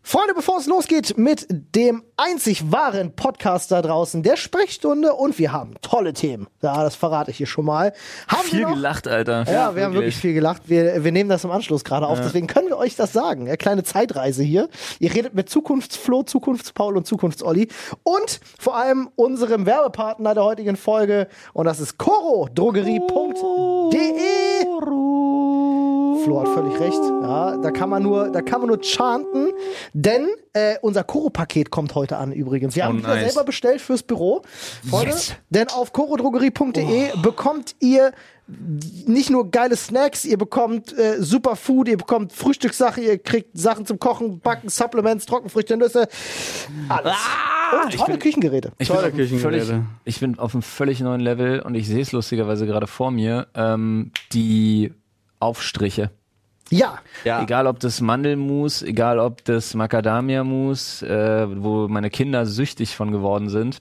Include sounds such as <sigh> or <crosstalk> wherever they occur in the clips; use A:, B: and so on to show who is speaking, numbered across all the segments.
A: Freunde, bevor es losgeht mit dem einzig wahren Podcast da draußen, der Sprechstunde und wir haben tolle Themen. Ja, das verrate ich hier schon mal. Haben
B: Viel
A: wir noch?
B: gelacht, Alter.
A: Ja, wir haben wirklich viel gelacht. Wir, wir nehmen das im Anschluss gerade auf, deswegen können wir euch das sagen. Ja, kleine Zeitreise hier. Ihr redet mit Zukunftsflo, Zukunftspaul und Zukunftsolli und vor allem unserem Werbepartner der heutigen Folge und das ist corodrogerie.de. Flo hat völlig recht. Ja, da kann man nur, da kann man nur chanten, denn äh, unser Koro-Paket kommt heute an übrigens. Wir
B: Oh,
A: haben wieder
B: nice.
A: selber bestellt fürs Büro. Freunde,
B: Yes. Oh.
A: denn auf chorodrogerie.de bekommt ihr nicht nur geile Snacks, ihr bekommt äh, Superfood, ihr bekommt Frühstückssachen, ihr kriegt Sachen zum Kochen, Backen, Supplements, Trockenfrüchte, Nüsse, alles. Und tolle Küchengeräte.
B: Ah, Ich bin,
C: Tolle
B: auf einem völlig,
C: Küchengeräte.
B: ich bin auf einem völlig neuen Level und ich sehe es lustigerweise gerade vor mir. Ähm, die Aufstriche.
A: Ja,
C: Ja.
B: Egal ob das Mandelmus, egal ob das Macadamia-Mus, äh, wo meine Kinder süchtig von geworden sind.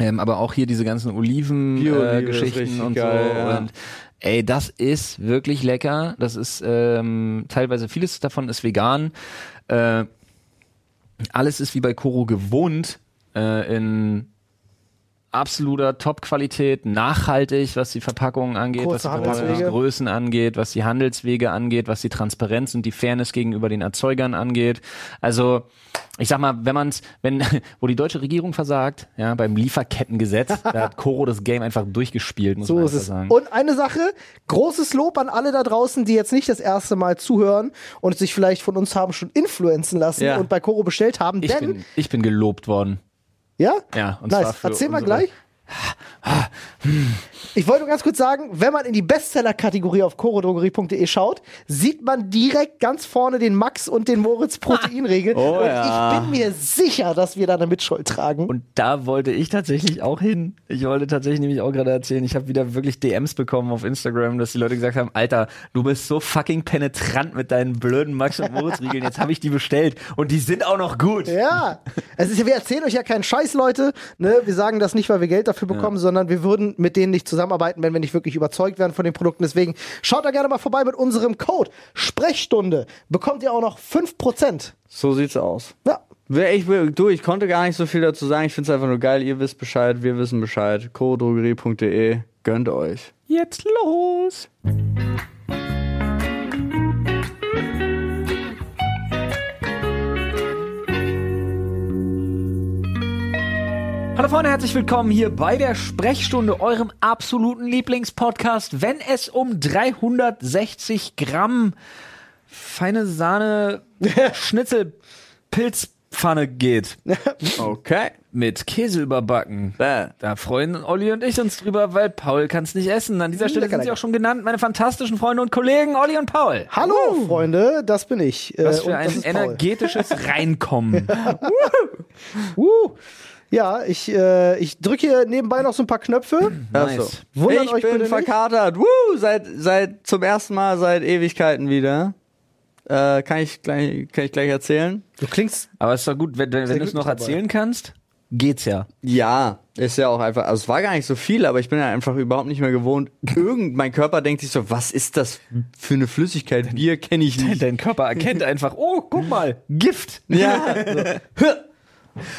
B: Ähm, aber auch hier diese ganzen
C: Bio-Olive
B: Oliven-Geschichten äh,
C: ist
B: Geschichten
C: richtig
B: und
C: geil,
B: so.
C: ja.
B: Und ey, das ist wirklich lecker. Das ist ähm, teilweise vieles davon ist vegan. Äh, alles ist wie bei Koro gewohnt äh, in absoluter Top-Qualität, nachhaltig, was die Verpackungen angeht,
A: Kurze
B: was die
A: Handelswege.
B: Größen angeht, was die Handelswege angeht, was die Transparenz und die Fairness gegenüber den Erzeugern angeht. Also ich sag mal, wenn man's, wenn, <laughs> wo die deutsche Regierung versagt, ja, beim <laughs> Lieferkettengesetz, da hat Koro das Game einfach durchgespielt, muss
A: So
B: man
A: ist
B: einfach
A: es.
B: sagen.
A: Und eine Sache, großes Lob an alle da draußen, die jetzt nicht das erste Mal zuhören und sich vielleicht von uns haben schon influenzen lassen
C: Ja.
A: und bei Koro bestellt haben.
B: ich,
A: denn,
B: bin, ich bin gelobt worden.
A: ja?
B: Ja, und zwar
A: nice.
B: für
A: Erzähl mal
B: unsere-
A: gleich. Ich wollte nur ganz kurz sagen, wenn man in die Bestseller-Kategorie auf chorodrogerie.de schaut, sieht man direkt ganz vorne den Max und den
B: <laughs>
A: Moritz Proteinregel.
C: Oh
A: und
C: ja.
A: ich bin mir sicher, dass wir da eine Mitschuld tragen.
B: Und da wollte ich tatsächlich auch hin. Ich wollte tatsächlich nämlich auch gerade erzählen, ich habe wieder wirklich DMs bekommen auf Instagram, dass die Leute gesagt haben, Alter, du bist so fucking penetrant mit deinen blöden Max und Moritz Riegeln. Jetzt habe ich die bestellt und die sind auch noch gut.
A: Ja, <laughs> es ist, ja- wir erzählen euch ja keinen Scheiß, Leute. Ne? Wir sagen das nicht, weil wir Geld dafür bekommen, sondern wir würden mit denen nicht zusammenarbeiten, wenn wir nicht wirklich überzeugt wären von den Produkten. Deswegen schaut da gerne mal vorbei mit unserem Code Sprechstunde. Bekommt ihr auch noch 5%.
C: So sieht's aus.
A: Ja,
C: Wer- Ich, will- du, ich konnte gar nicht so viel dazu sagen. Ich find's einfach nur geil. Ihr wisst Bescheid, wir wissen Bescheid. chorodrogerie.de. Gönnt euch.
B: Jetzt los. Hallo Freunde, herzlich willkommen hier bei der Sprechstunde, eurem absoluten Lieblingspodcast, wenn es um 360 Gramm feine Sahne Schnitzelpilzpfanne geht.
C: Okay.
B: Mit Käse überbacken.
C: Bäh.
B: Da freuen Olli und ich uns drüber, weil Paul kann es nicht essen. An dieser Stelle
A: Hm, Lecker,
B: sind sie
A: lecker.
B: auch schon genannt, meine fantastischen Freunde und Kollegen Olli und Paul.
A: hallo Freunde, das bin ich. Äh,
B: Uh. Was für
A: und
B: ein
A: ist Paul.
B: energetisches
A: <laughs>
B: Reinkommen.
A: Uh. Ja, ich, äh, ich drücke hier nebenbei noch so ein paar Knöpfe.
B: Nice.
C: Achso.
A: Wundert
C: Also, ich
A: euch bitte
C: bin
A: nicht.
C: verkatert. Woo! Seit, seit zum ersten Mal seit Ewigkeiten wieder. Äh, kann, ich gleich, kann ich gleich erzählen?
A: Du klingst
B: Aber ist doch gut, wenn, wenn du es
A: gut
B: noch
A: dabei.
B: erzählen kannst, geht's ja.
C: Ja, ist ja auch einfach. Also es war gar nicht so viel, aber ich bin ja einfach überhaupt nicht mehr gewohnt. Irgend mein Körper denkt sich so, was ist das für eine Flüssigkeit? Bier kenne ich
A: <laughs>
C: nicht.
B: Dein Körper erkennt einfach, oh, guck mal, Gift.
C: Ja.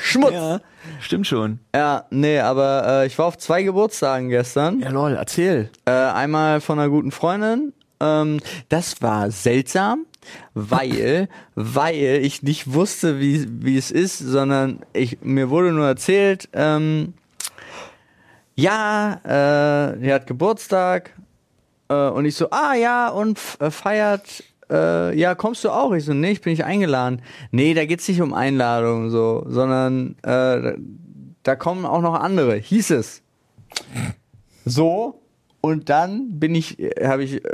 C: Schmutz. Ja.
B: stimmt schon.
C: nee, aber äh, ich war auf zwei Geburtstagen gestern.
B: Ja, lol, erzähl.
C: Äh, einmal von einer guten Freundin. Ähm, das war seltsam, weil, weil ich nicht wusste, wie, wie es ist, sondern ich, mir wurde nur erzählt, ähm, ja, äh, die hat Geburtstag. Äh, und ich so, ah ja, und f- äh, feiert. Äh, ja, kommst du auch? Ich so, nee, ich bin nicht eingeladen. Nee, da geht's nicht um Einladung so, sondern äh, da- da kommen auch noch andere, hieß es. So. Und dann bin ich, habe ich, äh,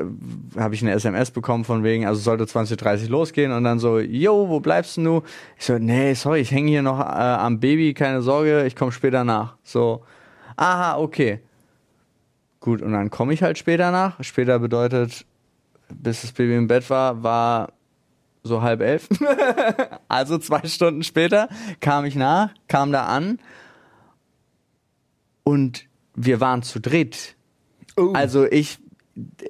C: habe ich eine SMS bekommen von wegen, also sollte 20.30 losgehen und dann so, yo, wo bleibst denn du? Ich so, nee, sorry, ich hänge hier noch äh, am Baby, keine Sorge, ich komme später nach. So, aha, okay. Gut, und dann komme ich halt später nach. Später bedeutet, bis das Baby im Bett war, war so halb elf. <laughs> also zwei Stunden später kam ich nach, kam da an und wir waren zu dritt. Also ich,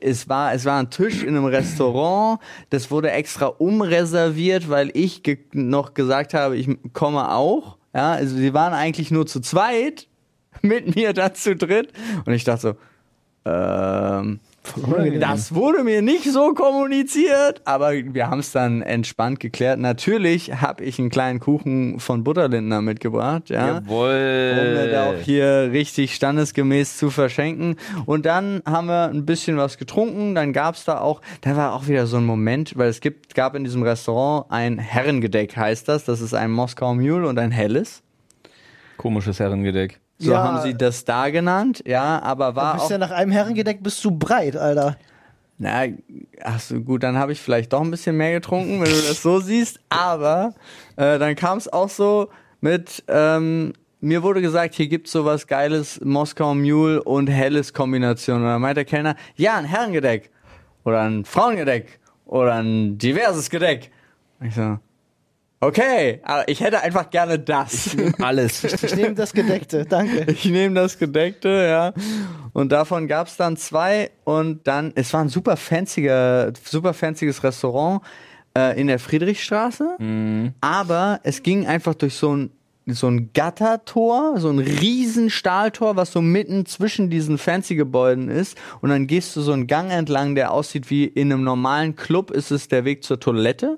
C: es war, es war ein Tisch in einem Restaurant, das wurde extra umreserviert, weil ich ge noch gesagt habe, ich komme auch. Ja, also sie waren eigentlich nur zu zweit <laughs> mit mir da zu dritt. Und ich dachte so, ähm, das wurde mir nicht so kommuniziert, aber wir haben es dann entspannt geklärt. Natürlich habe ich einen kleinen Kuchen von Butterlindner mitgebracht, ja, um mir da auch
B: Jawohl.
C: hier richtig standesgemäß zu verschenken. Und dann haben wir ein bisschen was getrunken. Dann gab es da auch, da war auch wieder so ein Moment, weil es gibt, gab in diesem Restaurant ein Herrengedeck, heißt das. Das ist ein Moskau Mule und ein helles.
B: Komisches Herrengedeck.
C: So
A: Ja.
C: haben sie das da genannt, ja, aber
B: Ah,
C: war
A: bist
C: auch
A: ja nach einem Herrengedeck bist du breit, Alter.
C: Na, ach so, gut, dann habe ich vielleicht doch ein bisschen mehr getrunken, wenn du das so siehst. Aber äh, dann kam es auch so mit, ähm, mir wurde gesagt, hier gibt's sowas Geiles, Moskau Mule und helles Kombination. Und dann meint der Kellner, ja, ein Herrengedeck oder ein Frauengedeck oder ein diverses Gedeck. Und ich so, okay, aber ich hätte einfach gerne das. <laughs>
B: Alles.
A: Ich nehme das Gedeckte, danke.
C: Ich nehme das Gedeckte, ja. Und davon gab es dann zwei und dann, es war ein super fanziger, super fanziges Restaurant äh, in der Friedrichstraße, aber es ging einfach durch so ein so ein Gattertor, so ein riesen Stahltor, was so mitten zwischen diesen fancy Gebäuden ist und dann gehst du so einen Gang entlang, der aussieht wie in einem normalen Club ist es der Weg zur Toilette,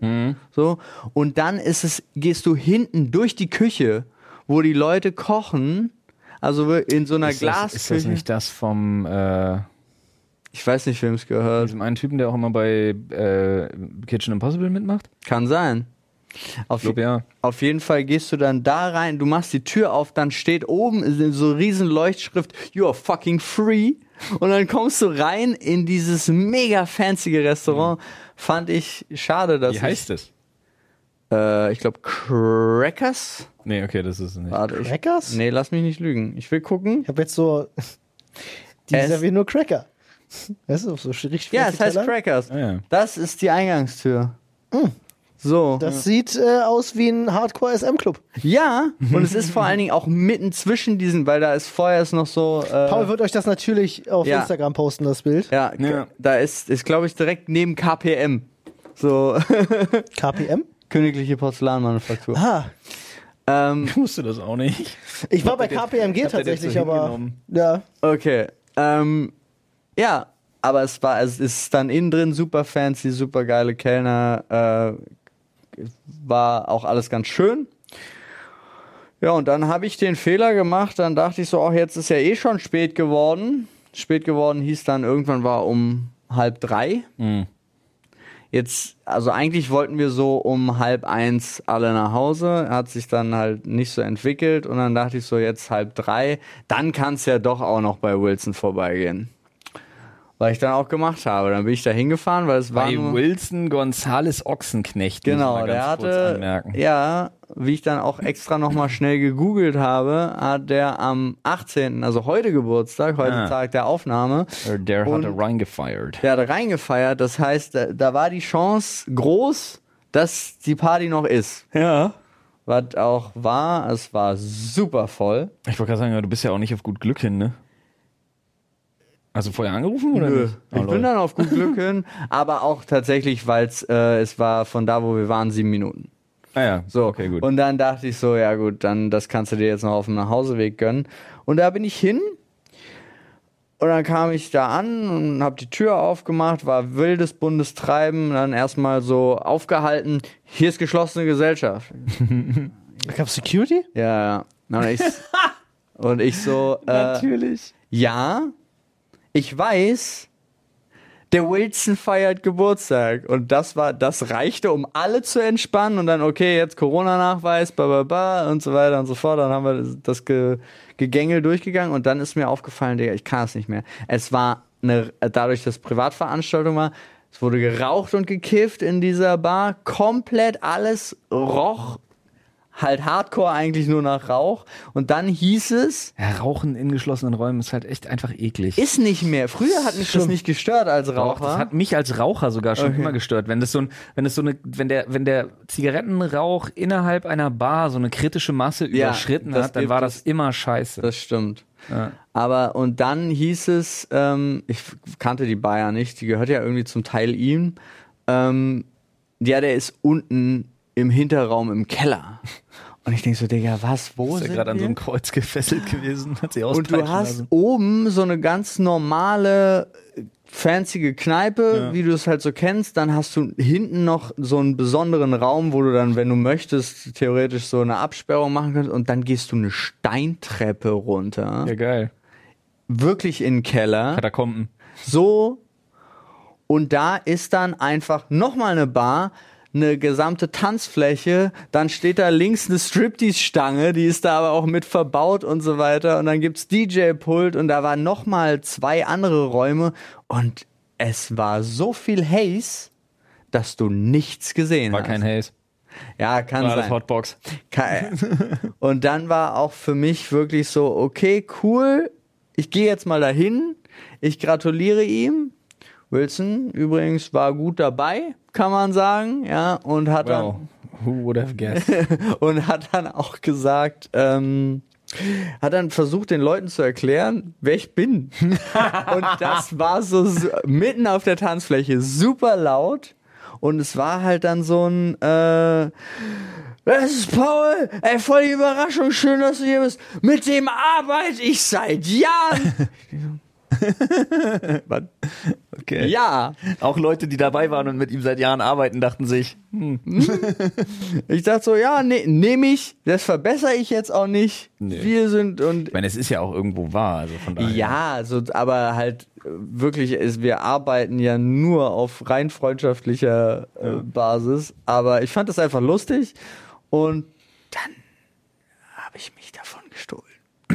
C: so und dann ist es gehst du hinten durch die Küche, wo die Leute kochen, also in so einer
B: Ist das,
C: Glasküche.
B: ist das nicht das vom äh,
C: Ich weiß nicht, wem es gehört.
B: diesem einen Typen, der auch immer bei äh, Kitchen Impossible mitmacht?
C: Kann sein. Auf,
B: glaub, ja.
C: auf jeden Fall gehst du dann da rein, du machst die Tür auf, dann steht oben so riesen Leuchtschrift, you are fucking free. Und dann kommst du rein in dieses mega fancy Restaurant. Fand ich schade, dass
B: Mhm. Wie heißt
C: ich,
B: es?
C: Äh, ich glaube Crackers.
B: Nee, okay, das ist es nicht.
C: Warte, ich,
A: Crackers?
C: nee, lass mich nicht lügen. Ich will gucken.
A: Ich habe jetzt so. <laughs> Die
C: Es-
A: servieren nur Cracker. Weißt du, auf so richtig
C: Ja,
A: fancy
C: es heißt
A: Teller.
C: Crackers.
B: Ah, ja. Hm.
C: Das ist die Eingangstür. So.
A: Das sieht äh, aus wie ein Hardcore-SM-Club.
C: Ja, und es ist vor allen Dingen auch mitten zwischen diesen, weil da ist vorher ist noch so. Äh,
A: Paul wird euch das natürlich auf
C: ja.
A: Instagram posten, das Bild.
C: ja,
B: Ja.
C: da ist, ist glaube ich, direkt neben KPM. So, <laughs>
A: KPM.
C: Königliche Porzellanmanufaktur.
A: Ah,
C: ähm,
B: Ich wusste das auch nicht.
A: ich war bei
B: das jetzt-
A: KPMG
B: hab das jetzt
A: tatsächlich,
B: so
A: aber.
B: hingenommen.
A: Ja.
C: okay. Ähm, ja, aber es war, es ist dann innen drin super fancy, super geile Kellner. Äh, war auch alles ganz schön. Ja, und dann habe ich den Fehler gemacht. Dann dachte ich so, auch jetzt ist ja eh schon spät geworden. Spät geworden hieß dann irgendwann war um halb drei. Jetzt, also eigentlich wollten wir so um halb eins alle nach Hause, hat sich dann halt nicht so entwickelt und dann dachte ich so, jetzt halb drei, dann kann es ja doch auch noch bei Wilson vorbeigehen. Was ich dann auch gemacht habe. Dann bin ich da hingefahren, weil es war.
B: Bei
C: nur,
B: Wilson Gonzales Ochsenknecht. muss
C: Genau,
B: man
C: der
B: ganz kurz
C: hatte,
B: anmerken.
C: ja, wie ich dann auch extra nochmal schnell gegoogelt habe, hat der am 18., also heute Geburtstag, heute
B: Ah.
C: Tag der Aufnahme,
B: Der
C: Und-
B: hatte reingefeiert.
C: der hat reingefeiert. Das heißt, da, da war die Chance groß, dass die Party noch ist.
B: Ja.
C: Was auch war, es war super voll.
B: Ich wollte gerade sagen, du bist ja auch nicht auf gut Glück hin, ne? Also vorher angerufen oder
C: Nö, Also,
B: nicht? Ah,
C: ich
B: lol.
C: bin dann auf gut <laughs> Glück hin, aber auch tatsächlich, weil äh, es war von da, wo wir waren, sieben Minuten.
B: Ah ja,
C: So,
B: so, okay, gut.
C: Und dann dachte ich so, ja gut, dann das kannst du dir jetzt noch auf dem Nachhauseweg gönnen. Und da bin ich hin. Und dann kam ich da an und habe die Tür aufgemacht, war wildes buntes Treiben, dann erstmal so aufgehalten, hier ist geschlossene Gesellschaft.
A: Ich hab Security?
C: Ja, ja. Und ich, und ich so, äh,
B: Natürlich.
C: ja, ich weiß, der Wilson feiert Geburtstag. Und das war, das reichte, um alle zu entspannen und dann, okay, jetzt Corona-Nachweis, ba, ba, ba und so weiter und so fort. Dann haben wir das, das Ge Gegängel durchgegangen und dann ist mir aufgefallen, Digga, ich kann es nicht mehr. Es war eine, dadurch, dass es Privatveranstaltung war, es wurde geraucht und gekifft in dieser Bar, komplett alles roch halt Hardcore eigentlich nur nach Rauch. Und dann hieß es,
B: Ja, Rauchen in geschlossenen Räumen ist halt echt einfach eklig.
C: ist nicht mehr. Früher hat mich das nicht gestört als
B: Doch,
C: Raucher.
B: das hat mich als Raucher sogar schon immer gestört. Wenn das so ein, wenn das so eine, wenn der, wenn der Zigarettenrauch innerhalb einer Bar so eine kritische Masse
C: Ja,
B: überschritten
C: das
B: hat, dann
C: gibt
B: war
C: es.
B: das immer scheiße.
C: Das stimmt. Aber und dann hieß es, ähm, ich kannte die Bayern nicht, die gehört ja irgendwie zum Teil ihm. Ähm, ja, der ist unten im Hinterraum
B: <laughs>
C: im Keller. Und ich denke so, Digga, was, wo
B: ist
C: sind
B: ja gerade an so
C: wir?
B: einem Kreuz gefesselt gewesen, hat sie
C: Und du
B: auspeitschen
C: hast
B: lassen.
C: oben so eine ganz normale, äh, fancyge Kneipe,
B: Ja.
C: wie du es halt so kennst. Dann hast du hinten noch so einen besonderen Raum, wo du dann, wenn du möchtest, theoretisch so eine Absperrung machen kannst. Und dann gehst du eine Steintreppe runter.
B: Ja, geil.
C: Wirklich in den Keller.
B: Katakomben.
C: So. Und da ist dann einfach nochmal eine Bar, eine gesamte Tanzfläche, dann steht da links eine Striptease-Stange, die ist da aber auch mit verbaut und so weiter. Und dann gibt's DJ-Pult und da waren nochmal zwei andere Räume und es war so viel Haze, dass du nichts gesehen
B: War
C: hast.
B: kein Haze.
C: ja, kann
B: War das
C: sein.
B: Hotbox.
C: Kein- Und dann war auch für mich wirklich so, okay, cool, ich gehe jetzt mal dahin, ich gratuliere ihm. Wilson übrigens war gut dabei, kann man sagen, ja, und hat
B: Wow. Who would have guessed?
C: <laughs> dann und hat dann auch gesagt, ähm, hat dann versucht, den Leuten zu erklären, wer ich bin. und das war so su- mitten auf der Tanzfläche super laut. Und es war halt dann so ein, äh, das ist Paul. Ey, voll die Überraschung. Schön, dass du hier bist. Mit dem arbeite ich seit Jahren. Was?
B: Okay.
C: ja.
B: Auch Leute, die dabei waren und mit ihm seit Jahren arbeiten, dachten sich,
C: Ich dachte so, ja, ne, nehme ich. Das verbessere ich jetzt auch nicht.
B: Nee.
C: Wir sind und
B: ich meine, es ist ja auch irgendwo wahr, also von daher.
C: Ja, so, aber halt äh, wirklich, ist, wir arbeiten ja nur auf rein freundschaftlicher äh, Basis. Aber ich fand das einfach lustig und dann habe ich mich davon
B: <clears throat>
C: gestohlen.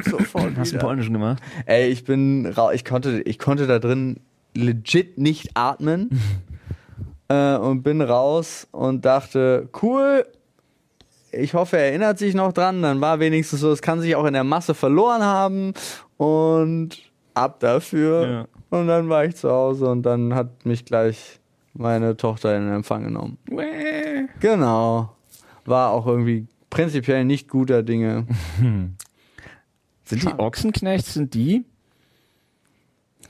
C: Sofort
B: Hast du einen
C: wieder.
B: polnischen gemacht?
C: Ey, ich bin rau ich konnte, ich konnte da drin legit nicht atmen äh, und bin raus und dachte, cool. Ich hoffe, er erinnert sich noch dran. Dann war wenigstens so, es kann sich auch in der Masse verloren haben und ab dafür. Und dann war ich zu Hause und dann hat mich gleich meine Tochter in Empfang genommen. Genau. War auch irgendwie prinzipiell nicht guter Dinge.
B: Sind die Ochsenknechts, sind die,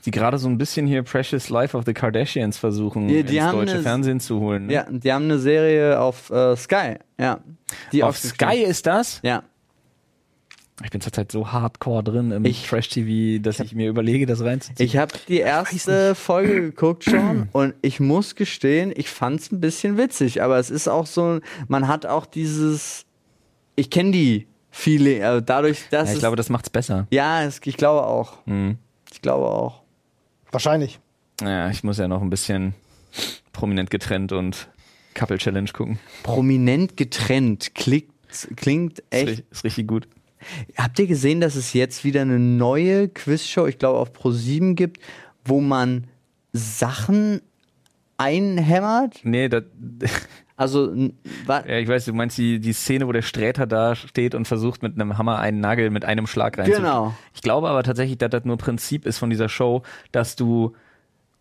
B: die gerade so ein bisschen hier Precious Life of the Kardashians versuchen,
C: Die- die
B: ins
C: haben
B: deutsche
C: eine-
B: Fernsehen zu holen? Ne?
C: Ja, die haben eine Serie auf äh, Sky. Ja. Die
B: Auf
C: aufgestellt-
B: Sky ist das?
C: Ja.
B: Ich bin zurzeit so hardcore drin im
C: Ich-
B: Trash-TV, dass ich, mir überlege, das reinzuziehen.
C: Ich habe die
B: <clears throat>
C: erste Folge geguckt schon und ich muss gestehen, ich fand's ein bisschen witzig, aber es ist auch so, man hat auch dieses, ich kenne die viele, äh, dadurch, dass
B: ja, ich
C: es-
B: glaube, Mhm. das macht's besser.
C: ja es, ich glaube auch, ich glaube auch.
A: Wahrscheinlich.
B: Ja, ich muss ja noch ein bisschen prominent getrennt und Couple Challenge gucken.
C: Prominent getrennt klingt, klingt
B: Ist,
C: echt.
B: richtig- ist richtig gut.
C: Habt ihr gesehen, dass es jetzt wieder eine neue Quizshow, ich glaube auf Pro7 gibt, wo man Sachen einhämmert?
B: Nee, da, <laughs>
C: Also n- wa-
B: ja, Äh, ich weiß, du meinst die, die Szene, wo der Sträter da steht und versucht, mit einem Hammer einen Nagel mit einem Schlag reinzuschlagen.
C: Genau.
B: Ich glaube aber tatsächlich, dass das nur Prinzip ist von dieser Show, dass du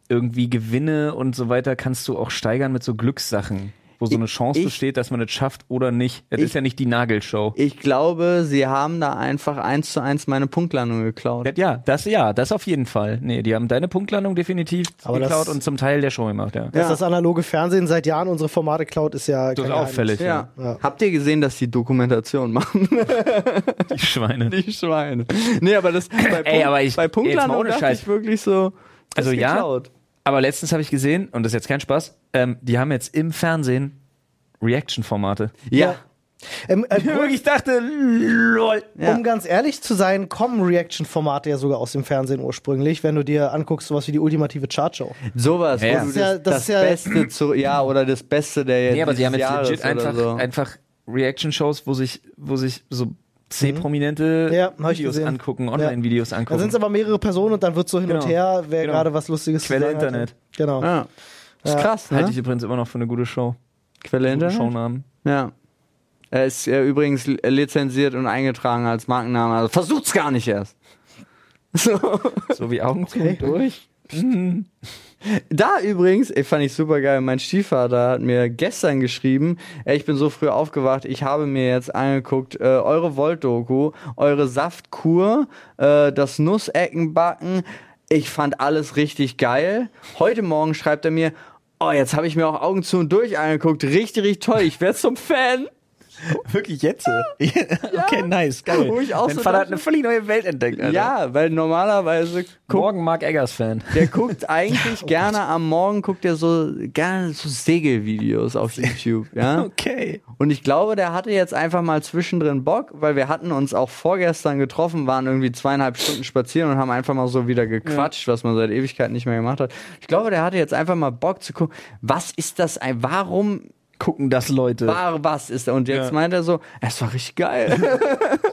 B: irgendwie Gewinne und so weiter kannst du auch steigern mit so Glückssachen, wo so eine
C: Ich-
B: Chance
C: ich-
B: besteht, dass man es schafft oder nicht. Das
C: Ich-
B: ist ja nicht die Nagelshow.
C: Ich glaube, sie haben da einfach eins zu eins meine Punktlandung geklaut.
B: Ja, das ja, das auf jeden Fall. Nee, die haben deine Punktlandung definitiv
A: Aber das-
B: geklaut und zum Teil der Show gemacht, ja.
A: Dass
C: Ja.
A: das analoge Fernsehen seit Jahren unsere Formate klaut, ist ja
B: Das
A: kein
B: ist
A: Geheimnis.
B: auffällig.
C: Ja.
A: Ja.
C: Habt ihr gesehen, dass die Dokumentation <laughs> machen?
B: Die Schweine.
C: die Schweine. Nee, aber das bei, Punkt,
B: Ey, aber ich-
C: bei
B: jetzt
C: Punktlandung
B: mal ohne
C: dachte
B: Scheiß.
C: ich wirklich so. das
B: Also
C: ist
B: ja.
C: geklaut.
B: Aber letztens habe ich gesehen, und das ist jetzt kein Spaß, ähm, die haben jetzt im Fernsehen Reaction-Formate.
C: ja.
A: Ähm, äh,
B: Wo ich dachte, lol.
C: Ja.
A: Um ganz ehrlich zu sein, kommen Reaction-Formate ja sogar aus dem Fernsehen ursprünglich, wenn du dir anguckst, sowas wie die ultimative Chartshow.
C: Sowas,
B: Ja.
C: wo
B: Das
A: ist
C: du
A: ja-
C: das, das,
A: das ist ja-
C: Beste zu, ja, oder das Beste der jetzt.
B: Nee, aber sie haben jetzt
C: dieses
B: legit
C: Jahres
B: einfach,
C: oder so.
B: einfach Reaction-Shows, wo sich, wo sich so C-prominente
A: Ja, hab ich
B: Videos
A: gesehen.
B: angucken, Online-Videos
A: Dann sind
B: angucken.
A: es aber mehrere Personen und dann wird so hin
B: Genau.
A: und her, wer
B: Genau.
A: gerade was Lustiges zu
B: Quelle
A: sagen hatte.
B: Internet. Ah,
A: Genau.
C: Ja. Das ist
A: Ja.
C: krass, ne?
B: Halte ich übrigens immer noch für eine gute Show.
C: Quelle
B: Gute
C: Internet?
B: Shownamen.
C: Ja. Er ist äh, übrigens li- lizenziert und eingetragen als Markenname. Also versucht's gar nicht erst. <laughs> So.
B: So wie Augen okay. durch.
C: <laughs> Da übrigens, ey, fand ich super geil, mein Stiefvater hat mir gestern geschrieben, ey, ich bin so früh aufgewacht, ich habe mir jetzt angeguckt, äh, eure Volt-Doku, eure Saftkur, äh, das Nusseckenbacken, ich fand alles richtig geil. Heute Morgen schreibt er mir, oh, jetzt habe ich mir auch Augen zu und durch angeguckt, richtig, richtig toll, ich werde zum Fan. <laughs>
B: Wirklich jetzt? okay, nice, geil.
C: Wo ich auch
B: Dein
C: so
B: Vater
C: dachte-
B: hat eine völlig neue Welt entdeckt. Alter.
C: Ja, weil normalerweise guckt
B: Morgen Mark Eggers Fan.
C: Der guckt
B: <laughs> oh
C: eigentlich gerne am Morgen, guckt er so gerne so Segelvideos auf YouTube, ja.
B: <laughs> Okay.
C: Und ich glaube, der hatte jetzt einfach mal zwischendrin Bock, weil wir hatten uns auch vorgestern getroffen, waren irgendwie zweieinhalb Stunden spazieren und haben einfach mal so wieder gequatscht, was man seit Ewigkeiten nicht mehr gemacht hat. Ich glaube, der hatte jetzt einfach mal Bock zu gucken, was ist das, ein- warum
B: Gucken das Leute.
C: war was ist da? Und jetzt
B: Ja.
C: meint er so, es war
B: <laughs>
C: richtig geil.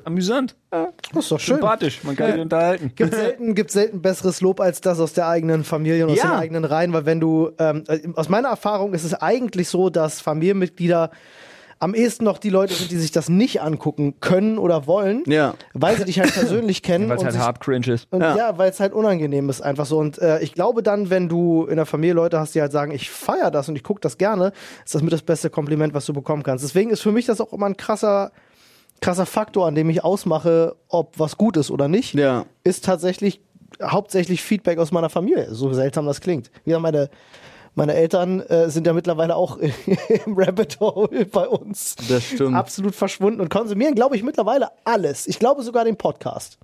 B: Amüsant.
A: <laughs> Das ist doch schön.
B: Sympathisch. Man kann sich unterhalten.
A: Gibt selten, gibt selten besseres Lob als das aus der eigenen Familie und aus
C: Ja.
A: den eigenen Reihen, weil wenn du, ähm, äh, aus meiner Erfahrung ist es eigentlich so, dass Familienmitglieder am ehesten noch die Leute sind, die sich das nicht angucken können oder wollen,
C: Ja.
A: weil sie dich halt
B: <laughs>
A: persönlich kennen
B: Weil es
A: und,
B: halt
A: sich,
B: hard cringe ist.
A: und
C: Ja.
A: ja, weil es halt unangenehm ist einfach so. Und äh, ich glaube dann, wenn du in der Familie Leute hast, die halt sagen, ich feier das und ich gucke das gerne, ist das mit das beste Kompliment, was du bekommen kannst. Deswegen ist für mich das auch immer ein krasser, krasser Faktor, an dem ich ausmache, ob was gut ist oder nicht
C: ja.
A: ist tatsächlich hauptsächlich Feedback aus meiner Familie, so seltsam das klingt. Ja, meine, meine Eltern äh, sind ja mittlerweile auch <laughs> im Rabbit Hole bei uns.
C: Das stimmt.
A: Absolut verschwunden und konsumieren, glaube ich, mittlerweile alles. Ich glaube sogar den Podcast.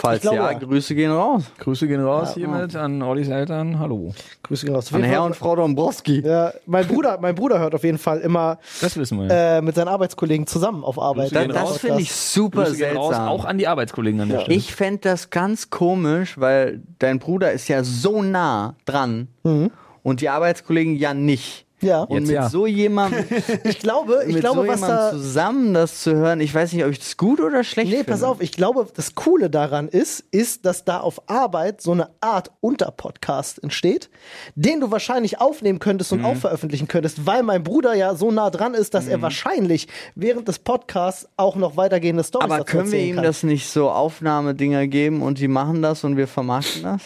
C: Falls
A: Ich glaube,
C: ja,
A: ja.
C: Grüße gehen raus.
B: Grüße gehen raus hiermit an Ollis Eltern. Hallo.
A: Grüße gehen raus. Auf
C: An
A: jeden
C: Herr
A: Fall-
C: und Frau Dombrowski.
A: Ja, mein, Bruder, mein Bruder hört auf jeden Fall immer
B: Das wissen wir.
A: äh, mit seinen Arbeitskollegen zusammen auf Arbeit.
B: Grüße
C: Das,
B: gehen
A: den
C: das
B: raus,
C: finde ich
A: Podcast.
C: super
B: Grüße gehen
C: seltsam.
B: raus, auch an die Arbeitskollegen an der Stelle.
C: Ich fände das ganz komisch, weil dein Bruder ist ja so nah dran und die Arbeitskollegen ja nicht.
A: Mhm. Ja.
C: Und
B: Jetzt
C: mit
B: ja.
C: so jemandem,
A: Ich glaube, <laughs> ich
C: mit
A: glaube,
C: so
A: was
C: jemandem
A: da
C: zusammen das zu hören, ich weiß nicht, ob ich das gut oder schlecht
A: Nee,
C: finde.
A: pass auf, ich glaube, das Coole daran ist, ist, dass da auf Arbeit so eine Art Unterpodcast entsteht, den du wahrscheinlich aufnehmen könntest
C: Mhm.
A: und auch veröffentlichen könntest, weil mein Bruder ja so nah dran ist, dass er wahrscheinlich während des Podcasts auch noch weitergehende Storys
C: Aber
A: dazu
C: können wir
A: erzählen
C: ihm
A: kann.
C: das nicht so Aufnahmedinger geben und die machen das und wir vermarkten das?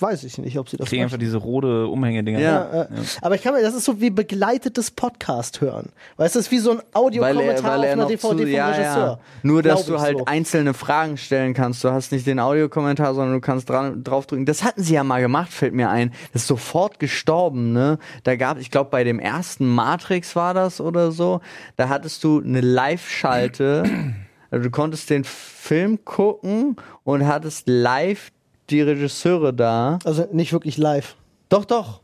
A: Weiß ich nicht, ob sie das
B: kriege einfach
A: machen.
B: diese rote Umhängedinger.
C: Ja.
A: Ja, äh, Aber ich kann mir, das ist so wie begleitetes Podcast hören. Weißt du, das ist wie so ein Audiokommentar auf einer DVD vom
C: ja,
A: Regisseur.
C: ja. Nur, dass
A: Glaub
C: du
A: ich
C: halt
A: so.
C: einzelne Fragen stellen kannst. Du hast nicht den Audiokommentar, sondern du kannst dran, draufdrücken. Das hatten sie ja mal gemacht, fällt mir ein. Das ist sofort gestorben, ne? Da gab, ich glaube, bei dem ersten Matrix war das oder so, da hattest du
A: <clears throat>
C: eine Live-Schalte. Also du konntest den Film gucken und hattest live die Regisseure da.
A: Also nicht wirklich live.
C: Doch, doch.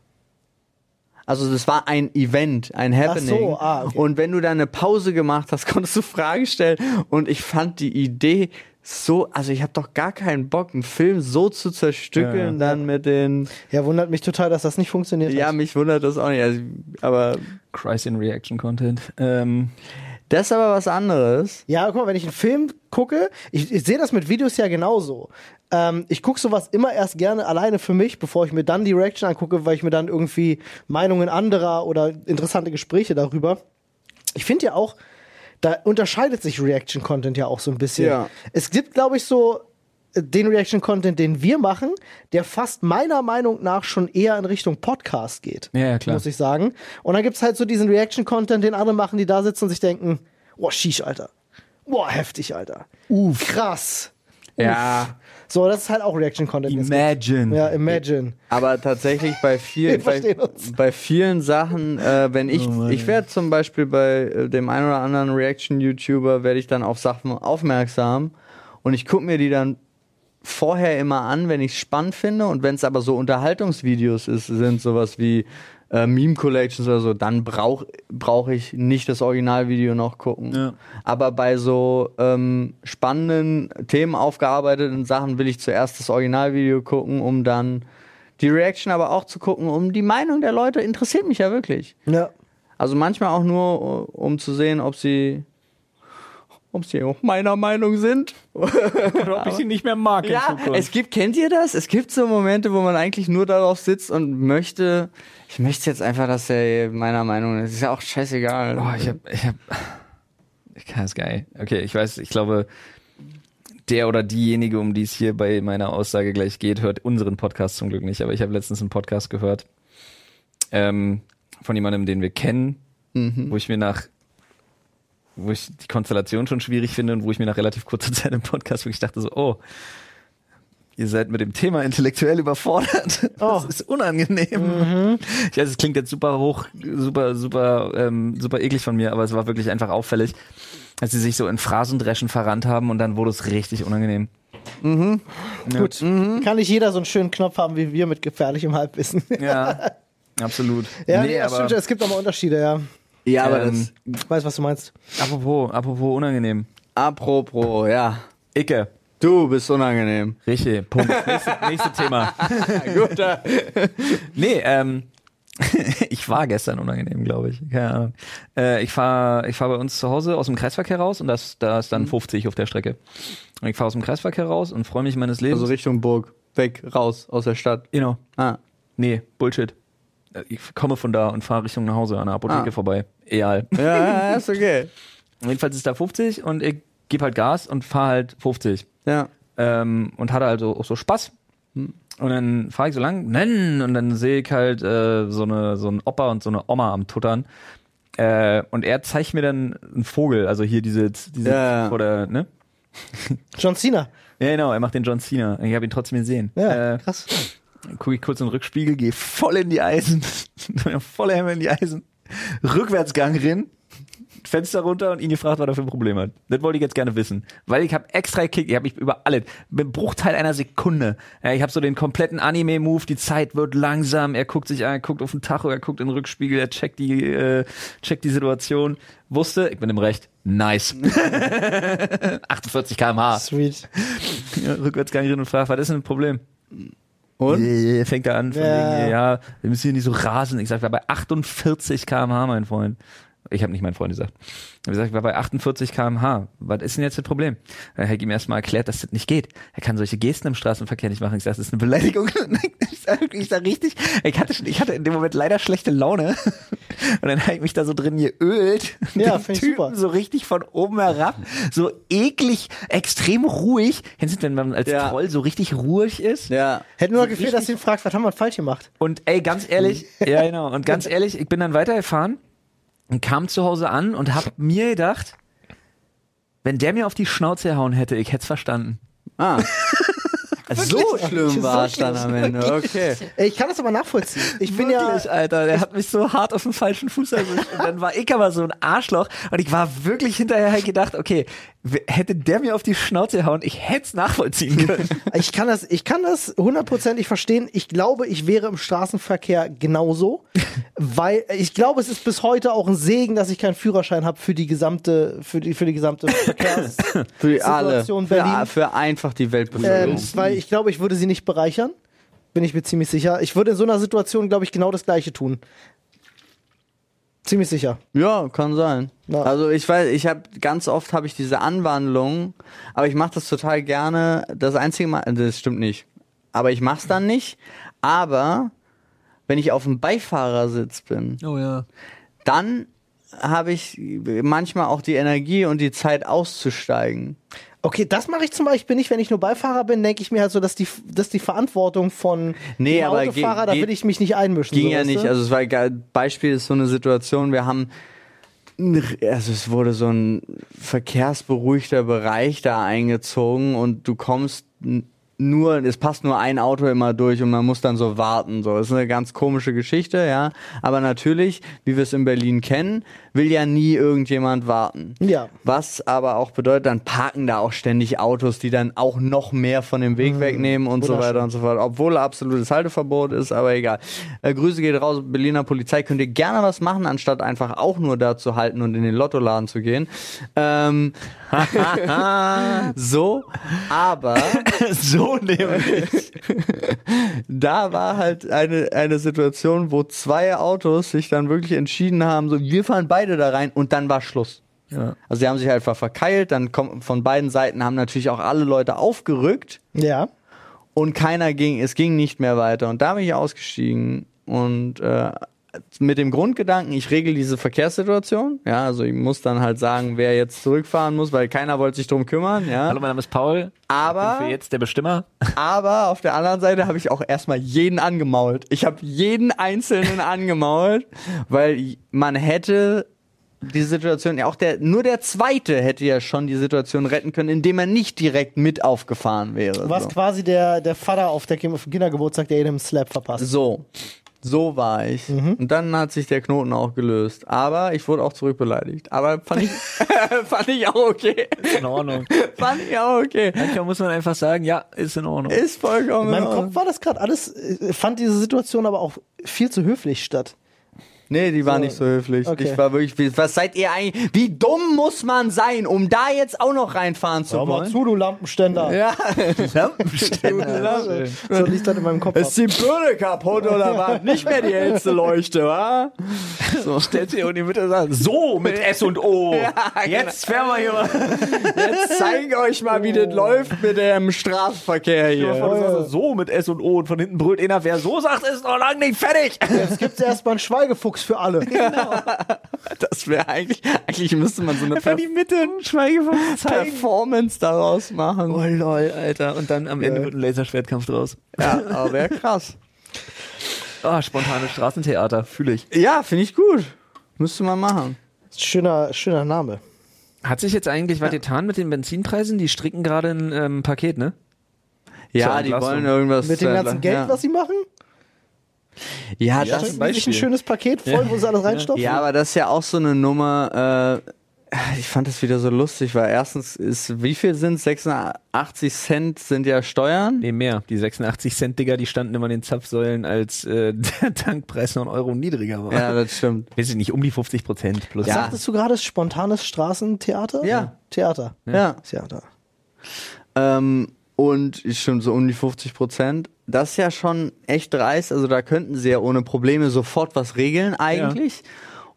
C: Also das war ein Event, ein Happening.
A: Ach so, ah, okay.
C: Und wenn du da eine Pause gemacht hast, <laughs> konntest du Fragen stellen. Und ich fand die Idee so, also ich habe doch gar keinen Bock, einen Film so zu zerstückeln, dann mit den.
A: Ja, wundert mich total, dass das nicht funktioniert
C: Ja,
A: hat.
C: mich wundert das auch nicht. Also, aber
B: Christ in Reaction Content. Ähm,
C: das ist aber was anderes.
A: Ja, guck mal, wenn ich einen Film gucke, ich, ich sehe das mit Videos ja genauso. Ähm, ich gucke sowas immer erst gerne alleine für mich, bevor ich mir dann die Reaction angucke, weil ich mir dann irgendwie Meinungen anderer oder interessante Gespräche darüber. Ich finde ja auch, da unterscheidet sich Reaction-Content ja auch so ein bisschen.
C: Ja.
A: Es gibt, glaube ich, so äh, den Reaction-Content, den wir machen, der fast meiner Meinung nach schon eher in Richtung Podcast geht.
B: Ja, ja, klar.
A: Muss ich sagen. Und dann gibt's halt so diesen Reaction-Content, den andere machen, die da sitzen und sich denken, boah, schisch, Alter. Boah, heftig, Alter. Uff. Krass.
B: ja.
A: So, das ist halt auch Reaction-Content. den es gibt.
B: Imagine.
A: Ja, imagine.
C: Aber tatsächlich bei vielen,
A: Wir
C: bei,
A: verstehen uns. Oh
C: bei vielen Sachen, äh, wenn ich, ich werde zum Beispiel bei äh, dem einen oder anderen Reaction-YouTuber, werde ich dann auf Sachen aufmerksam und ich gucke mir die dann vorher immer an, wenn ich es spannend finde und wenn es aber so Unterhaltungsvideos ist, sind sowas wie äh, Meme-Collections oder so, dann brauche brauch ich nicht das Originalvideo noch gucken.
B: Ja.
C: Aber bei so ähm, spannenden, Themen aufgearbeiteten Sachen will ich zuerst das Originalvideo gucken, um dann die Reaction aber auch zu gucken, um die Meinung der Leute interessiert mich ja wirklich.
A: Ja.
C: Also manchmal auch nur, uh, um zu sehen, ob sie, ob sie auch meiner Meinung sind.
B: Ob ich sie nicht mehr mag
C: Ja,
B: in Zukunft.
C: es gibt, kennt ihr das? Es gibt so Momente, wo man eigentlich nur darauf sitzt und möchte, ich möchte jetzt einfach, dass er meiner Meinung ist. Ist ja auch scheißegal.
B: Oh, ich hab, ich hab, Ja, ist geil. Okay, ich weiß, ich glaube, der oder diejenige, um die es hier bei meiner Aussage gleich geht, hört unseren Podcast zum Glück nicht. Aber ich habe letztens einen Podcast gehört ähm, von jemandem, den wir kennen, wo ich mir nach, wo ich die Konstellation schon schwierig finde und wo ich mir nach relativ kurzer <laughs> Zeit im Podcast wirklich dachte so, oh, ihr seid mit dem Thema intellektuell überfordert. <laughs>
A: Oh. Mhm.
B: Das ist unangenehm. Ich weiß, es klingt jetzt super hoch, super, super, ähm, super eklig von mir, aber es war wirklich einfach auffällig, dass sie sich so in Phrasendreschen verrannt haben und dann wurde es richtig unangenehm.
A: Mhm. Gut. Kann nicht jeder so einen schönen Knopf haben wie wir mit gefährlichem Halbwissen. <laughs>
B: Ja, absolut.
A: Ja,
B: Nee,
A: nee, das
B: aber-
A: stimmt, es gibt aber Unterschiede, ja.
C: Ja, aber
B: Ähm,
A: Ich weiß, was du meinst.
B: Apropos, apropos unangenehm.
C: das. Apropos, ja.
B: Icke.
C: Du bist unangenehm.
B: Richtig,
C: <laughs>
B: Punkt. Nächste, nächste Thema. <laughs>
C: Gut, äh,
B: Nee, ähm, <laughs> ich war gestern unangenehm, glaube ich. Keine Ahnung. Äh, ich fahre ich fahr bei uns zu Hause aus dem Kreisverkehr raus und das, da ist dann
C: Mhm.
B: 50 auf der Strecke. Und ich fahre aus dem Kreisverkehr raus und freue mich meines Lebens.
C: Also Richtung Burg. Weg, raus, aus der Stadt.
B: genau.
C: Ah.
B: Nee, Bullshit. Äh, Ich komme von da und fahre Richtung nach Hause an der Apotheke
C: Ah.
B: vorbei. Egal.
C: <laughs> Ja, ja, ist okay.
B: Jedenfalls ist da 50 und ich gebe halt Gas und fahre halt 50.
C: Ja.
B: ähm, und hatte also auch so Spaß. Und dann fahre ich so lang, nennen, und dann sehe ich halt äh, so, eine, so einen Opa und so eine Oma am Tuttern. Äh, und er zeigt mir dann einen Vogel, also hier diese, diese
C: Ja, ja.
B: oder, ne?
A: John Cena.
B: Ja, genau, er macht den John Cena. Ich habe ihn trotzdem gesehen.
A: Ja,
B: Äh,
A: krass.
B: gucke ich kurz in den Rückspiegel, gehe voll in die Eisen, <laughs> volle Hämmer in die Eisen, Rückwärtsgang rein, Fenster runter und ihn gefragt, was er für ein Problem hat. Das wollte ich jetzt gerne wissen, weil ich habe extra gekickt, ich habe mich über alles, mit einem Bruchteil einer Sekunde, ja, ich habe so den kompletten Anime-Move, die Zeit wird langsam, er guckt sich an, er guckt auf den Tacho, er guckt in den Rückspiegel, er checkt die, äh, checkt die Situation, wusste, ich bin im Recht, nice. <laughs> 48 km/h,
A: Sweet.
B: Ja, Rückwärtsgang rein und fragt, was ist denn ein Problem?
C: Und?
B: Yeah, fängt er an, von
A: Ja.
B: wegen, ja, wir müssen hier nicht so rasen. Ich sag, ich war bei 48 km/h, mein Freund. Ich habe nicht mein Freund gesagt. Ich hab gesagt, ich war bei 48 km/h. Was ist denn jetzt das Problem? Dann hab ich ihm erstmal erklärt, dass das nicht geht. Er kann solche Gesten im Straßenverkehr nicht machen. Ich sag, das ist eine Beleidigung. <laughs> Ich sag, ich sag richtig, ich hatte, schon- ich hatte in dem Moment leider schlechte Laune. Und dann hab ich mich da so drin geölt.
A: Ja,
B: Den
A: find ich
B: Typen
A: super.
B: So richtig von oben herab. So eklig, extrem ruhig. Kennst du, wenn man als
C: Ja.
B: Troll so richtig ruhig ist?
C: Ja.
A: Hätten wir gefehlt, dass du ihn fragst, was haben wir falsch gemacht?
B: Und ey, ganz ehrlich, <laughs> ja genau, und ganz ehrlich, ich bin dann weitergefahren und kam zu Hause an und hab mir gedacht, wenn der mir auf die Schnauze gehauen hätte, ich hätt's verstanden.
C: Ah. so schlimm
A: So
C: war es
A: schlimm.
C: dann am Ende. Okay.
A: Ey, Ich kann das aber nachvollziehen. Ich bin
B: Wirklich,
A: ja.
B: Alter, der hat mich so hart auf den falschen Fuß erwischt. Und dann war ich aber so ein Arschloch und ich war wirklich hinterher halt gedacht, okay, w- hätte der mir auf die Schnauze gehauen, ich hätt's nachvollziehen können.
A: Ich kann das, ich kann das hundertprozentig verstehen. Ich glaube, ich wäre im Straßenverkehr
C: <laughs>
A: genauso, weil ich glaube, es ist bis heute auch ein Segen, dass ich keinen Führerschein habe für die gesamte, für die, für die gesamte
C: <laughs>
A: Verkehrs.
C: Für die alle.
A: Situation Berlin.
C: Für, für einfach die Weltbevölkerung.
A: ähm, weil ich glaube, ich würde sie nicht bereichern. Bin ich mir ziemlich sicher. Ich würde in so einer Situation, glaube ich, genau das Gleiche tun. Ziemlich sicher.
C: Ja, kann sein.
A: Ja.
C: Also ich weiß, ich habe ganz oft habe ich diese Anwandlung, aber ich mache das total gerne. Das einzige Mal, also das stimmt nicht. Aber ich mach's dann nicht. Aber wenn ich auf dem Beifahrersitz bin,
B: <laughs> Oh ja.
C: dann habe ich manchmal auch die Energie und die Zeit auszusteigen.
A: Okay, das mache ich zum Beispiel nicht, wenn ich nur Beifahrer bin, denke ich mir halt so, dass die, dass die Verantwortung von
C: Nee,
A: dem
C: aber
A: Autofahrer,
C: ge-
A: da
C: ge-
A: will ich mich nicht einmischen.
C: Ging
A: so,
C: ja
A: weißt
C: nicht.
A: du?
C: Also es war egal. Beispiel ist so eine Situation, wir haben also es wurde so ein verkehrsberuhigter Bereich da eingezogen und du kommst n- nur, es passt nur ein Auto immer durch und man muss dann so warten. So, ist eine ganz komische Geschichte, ja. Aber natürlich, wie wir es in Berlin kennen, will ja nie irgendjemand warten.
A: Ja.
C: Was aber auch bedeutet, dann parken da auch ständig Autos, die dann auch noch mehr von dem Weg wegnehmen und so
A: wunderschön.
C: weiter und so fort. Obwohl absolutes Halteverbot ist, aber egal. Äh, Grüße geht raus, Berliner Polizei. Könnt ihr gerne was machen, anstatt einfach auch nur da zu halten und in den Lottoladen zu gehen. Ähm, <laughs> so, aber
B: <laughs> so nämlich.
C: da war halt eine, eine Situation, wo zwei Autos sich dann wirklich entschieden haben, so, wir fahren beide da rein und dann war Schluss.
B: Ja.
C: Also sie haben sich einfach verkeilt, dann kommen von beiden Seiten haben natürlich auch alle Leute aufgerückt
A: ja.
C: und keiner ging, es ging nicht mehr weiter und da bin ich ausgestiegen und äh, mit dem Grundgedanken, ich regel diese Verkehrssituation. Ja, also ich muss dann halt sagen, wer jetzt zurückfahren muss, weil keiner wollte sich drum kümmern. Ja.
B: Hallo, mein Name ist Paul. Ich bin
C: Aber,
B: für jetzt der Bestimmer.
C: aber auf der anderen Seite habe ich auch erstmal jeden angemault. Ich habe jeden Einzelnen angemault, weil man hätte die Situation, ja auch der, nur der Zweite hätte ja schon die Situation retten können, indem er nicht direkt mit aufgefahren wäre.
A: Du warst
C: so.
A: quasi der, der Vater auf der Kim- auf dem Kindergeburtstag, der jedem einen Slap verpasst.
C: So. So war ich. Und dann hat sich der Knoten auch gelöst. Aber ich wurde auch zurückbeleidigt. Aber fand ich, <laughs> fand ich auch okay.
B: In Ordnung.
C: Fand ich auch okay.
B: <laughs> Manchmal muss man einfach sagen, ja, ist in Ordnung.
C: Ist vollkommen.
A: In meinem
C: in Ordnung.
A: Kopf war das gerade alles, äh, fand diese Situation aber auch viel zu höflich statt.
C: Nee, die war
A: So,
C: nicht so höflich.
A: okay.
C: Ich war wirklich, wie- was seid ihr eigentlich, wie dumm muss man sein, um da jetzt auch noch reinfahren zu wollen?
A: du Lampenständer.
C: Ja,
A: <laughs> Also, so liegt das in meinem Kopf.
C: ist
A: Ab.
C: die Birne kaputt oder was? Nicht mehr die hellste Leuchte, wa?
B: So. Stellt sich in die Mitte und sagt, so mit S und <laughs> O. jetzt fähren wir hier mal.
C: Jetzt zeig euch mal, wie
A: Oh.
C: das läuft mit dem Straßenverkehr hier.
B: Das war so, so mit S und O und von hinten brüllt einer, wer so sagt, ist noch lang nicht fertig.
A: Jetzt gibt's erstmal einen Schweigefuchs für alle.
C: Das wäre eigentlich, eigentlich müsste man so eine
B: Für die Mitte ein Schweigefuchs
C: Performance daraus machen.
B: Oh lol, Alter. Und dann am Ende wird ein Laserschwertkampf draus.
C: Ja,
A: Oh,
C: aber wäre krass.
B: Ah, spontanes Straßentheater, fühle ich.
C: Ja, finde ich gut. Müsste man machen.
A: Schöner, schöner Name.
B: Hat sich jetzt eigentlich was getan mit den Benzinpreisen? Die stricken gerade ein ähm, Paket, ne?
C: Ja,
B: Zur
C: die
B: Entlastung.
C: wollen irgendwas.
A: Mit dem
C: zur
A: ganzen
C: Entla-
A: Geld,
C: ja.
A: was sie machen,
C: Ja,
B: Ja,
A: schenken
B: zum
C: das
A: die sich ein
B: Beispiel.
A: schönes Paket voll, wo sie alles reinstopfen.
C: Ja, aber das ist ja auch so eine Nummer. Äh, ich fand das wieder so lustig, weil erstens ist, wie viel sind 86 Cent sind ja Steuern?
B: Nee, mehr. Die 86 Cent Digger, die standen immer in den Zapfsäulen, als äh, <laughs> der Tankpreis noch einen Euro niedriger war.
C: Ja, das stimmt.
B: Weiß ich nicht, um die 50 Prozent plus.
C: Ja.
A: Sagtest du gerade spontanes Straßentheater?
C: Ja.
A: Theater.
C: Ja.
A: Ist ja da.
C: Ähm, und stimmt, so um die 50 Prozent. Das ist ja schon echt dreist. Also da könnten sie ja ohne Probleme sofort was regeln eigentlich.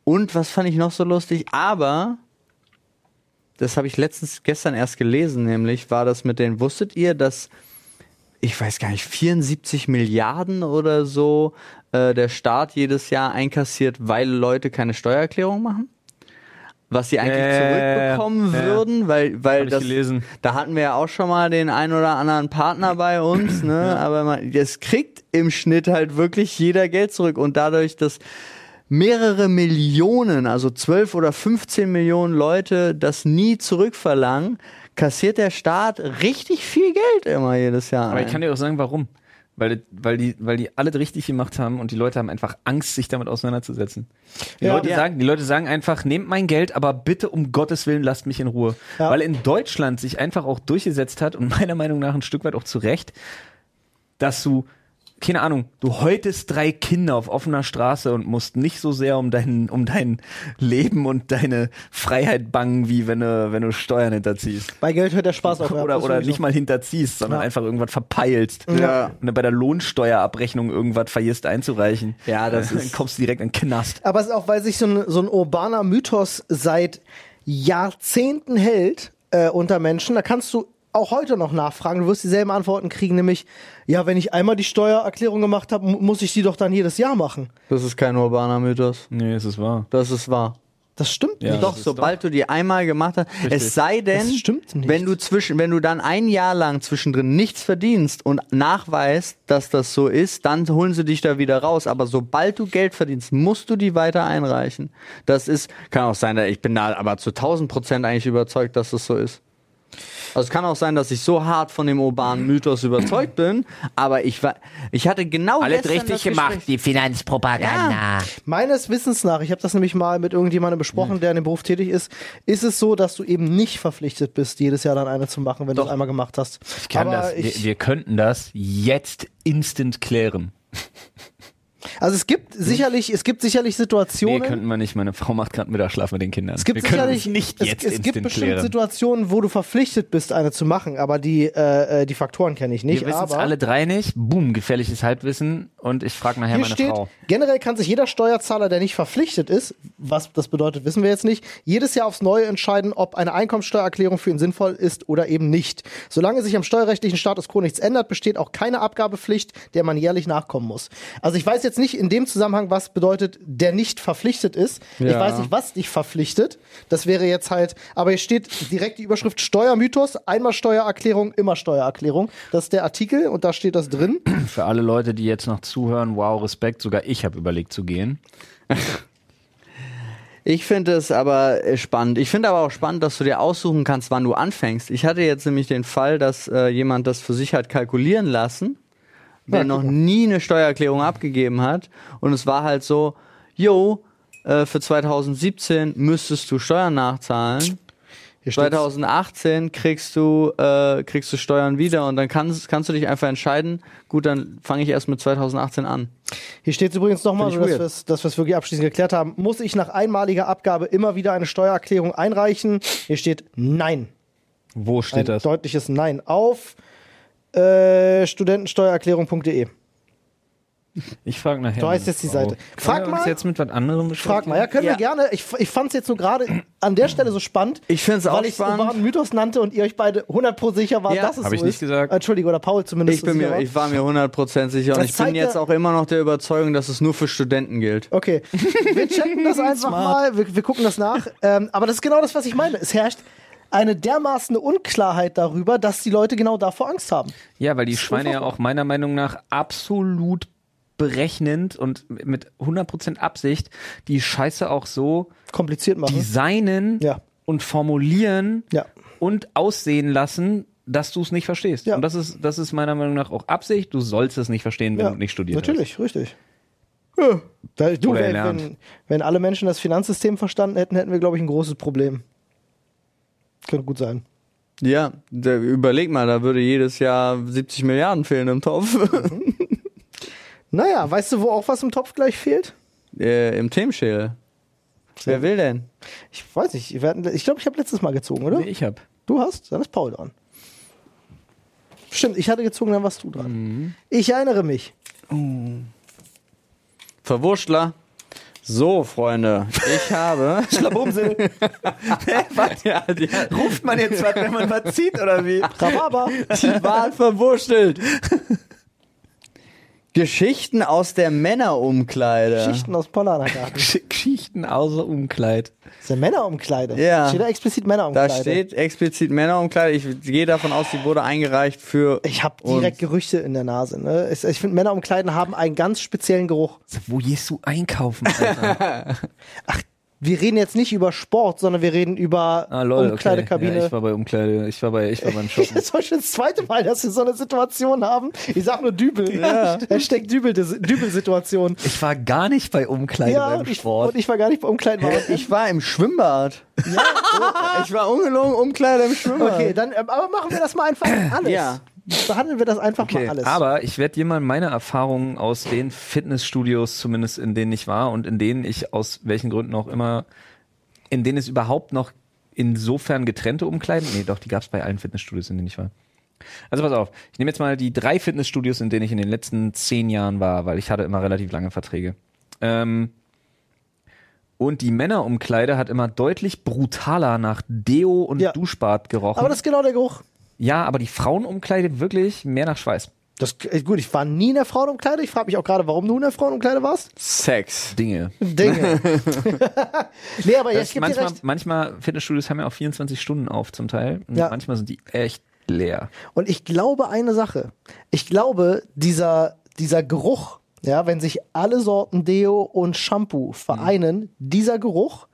C: Und was fand ich noch so lustig? Aber das habe ich letztens gestern erst gelesen, nämlich war das mit den, wusstet ihr, dass ich weiß gar nicht, 74 Milliarden oder so äh, der Staat jedes Jahr einkassiert, weil Leute keine Steuererklärung machen? Was sie eigentlich
B: Äh,
C: zurückbekommen
B: ja.
C: würden, weil, weil
B: ich
C: das,
B: gelesen.
C: da hatten wir ja auch schon mal den einen oder anderen Partner bei uns, ne? Aber man, das kriegt im Schnitt halt wirklich jeder Geld zurück und dadurch, dass mehrere Millionen, also 12 oder 15 Millionen Leute das nie zurückverlangen, kassiert der Staat richtig viel Geld immer jedes Jahr.
B: Aber ich
C: ein.
B: kann dir auch sagen, warum. Weil, weil, die, weil die alle richtig gemacht haben und die Leute haben einfach Angst, sich damit auseinanderzusetzen. Die,
A: Ja.
B: Leute,
A: Ja.
B: Sagen, die Leute sagen einfach, nehmt mein Geld, aber bitte um Gottes Willen lasst mich in Ruhe.
A: Ja.
B: Weil in Deutschland sich einfach auch durchgesetzt hat und <laughs> meiner Meinung nach ein Stück weit auch zu Recht, dass du, keine Ahnung, du häutest drei Kinder auf offener Straße und musst nicht so sehr um dein, um dein Leben und deine Freiheit bangen, wie wenn du, wenn du Steuern hinterziehst
A: Bei Geld hört der Spaß auf. ja.
B: oder,
A: Das
B: oder
A: sowieso.
B: nicht mal hinterziehst, sondern
A: Ja.
B: einfach irgendwas verpeilst.
C: Ja.
B: Und dann bei der Lohnsteuerabrechnung irgendwas vergisst einzureichen.
C: Ja, das
B: Dann
C: ist-
B: kommst du direkt in den Knast.
A: Aber es ist auch, weil sich so ein, so ein urbaner Mythos seit Jahrzehnten hält äh, unter Menschen, da kannst du auch heute noch nachfragen, du wirst dieselben Antworten kriegen, nämlich, ja, wenn ich einmal die Steuererklärung gemacht habe, mu- muss ich die doch dann jedes Jahr machen.
C: das ist kein urbaner Mythos.
B: Nee, es ist wahr.
C: Das ist wahr.
A: Das stimmt
B: Ja.
A: nicht.
C: doch,
B: das ist
C: sobald du die einmal gemacht hast, es sei denn,
A: Das stimmt nicht.
C: wenn du zwischen, wenn du dann ein Jahr lang zwischendrin nichts verdienst und nachweist, dass das so ist, dann holen sie dich da wieder raus. Aber sobald du Geld verdienst, musst du die weiter einreichen. Das ist, kann auch sein, ich bin da aber zu 1000 Prozent eigentlich überzeugt, dass das so ist. Also es kann auch sein, dass ich so hart von dem urbanen Mythos überzeugt bin, aber ich war, ich hatte genau
D: Alles
C: gestern
D: richtig
C: das Gespräch-
D: gemacht, die Finanzpropaganda.
A: Meines Wissens nach, ich habe das nämlich mal mit irgendjemandem
B: Mhm.
A: besprochen, der in dem Beruf tätig ist, ist es so, dass du eben nicht verpflichtet bist, jedes Jahr dann eine zu machen, wenn du es einmal gemacht hast. Ich Aber
B: wir, wir könnten das jetzt instant klären.
A: also es gibt sicherlich, es gibt sicherlich
B: Mhm. Nee,
A: Situationen.
B: könnten wir nicht. Meine Frau macht gerade Mittagsschlaf mit den Kindern.
A: Es gibt
B: wir können
A: sicherlich
B: es nicht
A: es,
B: jetzt
A: es
B: instant
A: gibt bestimmt
B: klären.
A: Situationen, wo du verpflichtet bist, eine zu machen, aber die äh, äh, die Faktoren kenne ich nicht.
B: Wir wissen es
A: aber
B: alle drei nicht. Boom, gefährliches Halbwissen. Und ich frage nachher
A: hier
B: meine
A: steht,
B: Frau.
A: generell kann sich jeder Steuerzahler, der nicht verpflichtet ist, was das bedeutet, wissen wir jetzt nicht, jedes Jahr aufs Neue entscheiden, ob eine Einkommensteuererklärung für ihn sinnvoll ist oder eben nicht. Solange sich am steuerrechtlichen Status quo nichts ändert, besteht auch keine Abgabepflicht, der man jährlich nachkommen muss. Also ich weiß jetzt jetzt nicht in dem Zusammenhang, was bedeutet, der nicht verpflichtet ist. Ich
C: Ja.
A: weiß nicht, was dich verpflichtet. Das wäre jetzt halt, aber hier steht direkt die Überschrift Steuermythos, einmal Steuererklärung, immer Steuererklärung. Das ist der Artikel und da steht das drin.
B: Für alle Leute, die jetzt noch zuhören, wow, Respekt, sogar ich habe überlegt zu gehen.
C: Ich finde es aber äh, spannend. Ich finde aber auch spannend, dass du dir aussuchen kannst, wann du anfängst. Ich hatte jetzt nämlich den Fall, dass äh, jemand das für sich hat kalkulieren lassen, der
A: Ja, guck
C: noch nie eine Steuererklärung abgegeben hat. Und es war halt so, jo, äh, für 2017 müsstest du Steuern nachzahlen.
A: Hier steht's.
C: 2018 kriegst du, äh, kriegst du Steuern wieder und dann kannst, kannst du dich einfach entscheiden, gut, dann fange ich erst mit 2018 an.
A: Hier steht übrigens nochmal,
C: Find ich
A: dass wir
C: weird.
A: es dass wir's wirklich abschließend geklärt haben. Muss ich nach einmaliger Abgabe immer wieder eine Steuererklärung einreichen? Hier steht Nein.
B: Wo steht
A: Ein deutliches Nein auf äh, studentensteuererklärung.de.
B: Ich frage nachher.
A: Du weißt jetzt die Seite. Frag
B: Frag mal.
A: mal-
B: jetzt mit was anderem beschäftigen?
A: Frag mal, ja, können wir
C: Ja.
A: gerne. Ich, ich fand es jetzt nur gerade an der Stelle so spannend.
C: Ich find's auch
A: weil ich's
C: spannend.
A: einen wahren Mythos nannte und ihr euch beide 100% sicher wart,
C: Ja.
A: dass es
B: Hab
A: so
B: ich nicht
A: ist.
B: gesagt.
A: Entschuldigung, oder Paul zumindest.
C: Ich, bin
A: sicher
C: mir,
A: war.
C: ich war mir 100% sicher und
A: Das
C: ich bin
A: zeigt
C: jetzt
A: ja-
C: auch immer noch der Überzeugung, dass es nur für Studenten gilt.
A: Okay, wir checken das einfach mal, wir, wir gucken das nach. Ähm, aber das ist genau das, was ich meine. Es herrscht eine dermaßen Unklarheit darüber, dass die Leute genau davor Angst haben.
B: Ja, weil die Schweine ja
A: unfassbar.
B: auch meiner Meinung nach absolut berechnend und mit 100% Absicht die Scheiße auch so
A: Kompliziert machen.
B: designen
A: Ja.
B: und formulieren
A: Ja.
B: und aussehen lassen, dass du es nicht verstehst.
A: Ja.
B: Und das ist, das ist meiner Meinung nach auch Absicht. Du sollst es nicht verstehen, wenn du nicht studiert
A: Natürlich, richtig. Ja. Da, du,
B: Oder
A: wenn,
B: erlernt.
A: wenn, wenn alle Menschen das Finanzsystem verstanden hätten, hätten wir, glaube ich, ein großes Problem. Könnte gut sein.
C: Ja, da, überleg mal, da würde jedes Jahr 70 Milliarden fehlen im Topf. <laughs>
A: Naja, weißt du, wo auch was im Topf gleich fehlt?
C: äh, Im Themenschädel. Wer will denn?
A: Ich weiß nicht. Wir hatten, ich glaube, ich habe letztes Mal gezogen, oder?
B: hast. Nee, Ich hab.
A: Du hast? Dann ist Paul dran. Stimmt, ich hatte gezogen, dann warst du dran. Ich erinnere mich.
C: Verwurschtler. So, Freunde, ich <laughs> habe.
A: <laughs> Schlabumsel,
C: was? Ja, die,
B: Ruft um, man jetzt was, wenn man was zieht oder wie?
A: Rhabarber.
C: die waren verwurschtelt. <laughs> Geschichten aus der Männerumkleide.
A: Schichten aus Polanagarten.
B: Geschichten außer Umkleid.
A: Das ist ja Männerumkleide.
C: Ja.
A: Steht da explizit Männerumkleide.
C: Da steht explizit Männerumkleide. Ich gehe davon aus, die wurde eingereicht für.
A: Ich habe direkt
C: uns.
A: Gerüchte in der Nase. Ne? Ich, ich finde, Männerumkleiden haben einen ganz speziellen Geruch.
B: Wo gehst du
A: <laughs>
B: einkaufen, Alter?
A: Wir reden jetzt nicht über Sport, sondern wir reden über
B: Ah, lol,
A: Umkleidekabine.
B: Okay. Ja, ich war bei Umkleide, ich war bei, ich war
A: <laughs>
B: beim Shoppen.
A: das ist heute schon das zweite Mal, dass wir so eine Situation haben. Ich sag nur Dübel. <laughs> Ja. Hashtag Dübel, Dübel-Situation.
B: Ich war gar nicht bei Umkleide
A: Ja, und ich, und ich war gar nicht bei Umkleiden.
C: Hä? Ich war im Schwimmbad. ich war ungelogen Umkleide im Schwimmbad.
A: oh. Okay, dann, ähm, aber machen wir das mal
B: <clears throat>
A: einfach alles.
C: Ja.
A: Behandeln wir das einfach
B: Okay,
A: mal alles.
B: aber ich werde dir mal meine Erfahrungen aus den Fitnessstudios, zumindest in denen ich war und in denen ich aus welchen Gründen auch immer, in denen es überhaupt noch insofern getrennte Umkleiden, nee, doch, die gab es bei allen Fitnessstudios, in denen ich war. Also pass auf, ich nehme jetzt mal die drei Fitnessstudios, in denen ich in den letzten zehn Jahren war, weil ich hatte immer relativ lange Verträge. Ähm, und die Männerumkleide hat immer deutlich brutaler nach Deo und
A: Ja.
B: Duschbad gerochen.
A: aber das ist genau der Geruch.
B: ja, aber die Frauenumkleide wirklich mehr nach Schweiß.
A: Das, äh, gut, ich war nie in der Frauenumkleide. Ich frage mich auch gerade, warum du in der Frauenumkleide warst.
C: Sex.
B: Dinge.
A: Dinge.
B: <laughs>
A: <laughs> nee, aber jetzt
B: Das
A: gibt dir
B: manchmal,
A: recht.
B: manchmal Fitnessstudios haben ja auch 24 Stunden auf zum Teil. Und
A: Ja.
B: Manchmal sind die echt leer.
A: Und ich glaube eine Sache. Ich glaube, dieser, dieser Geruch, ja, wenn sich alle Sorten Deo und
B: Mhm.
A: Shampoo vereinen, dieser Geruch,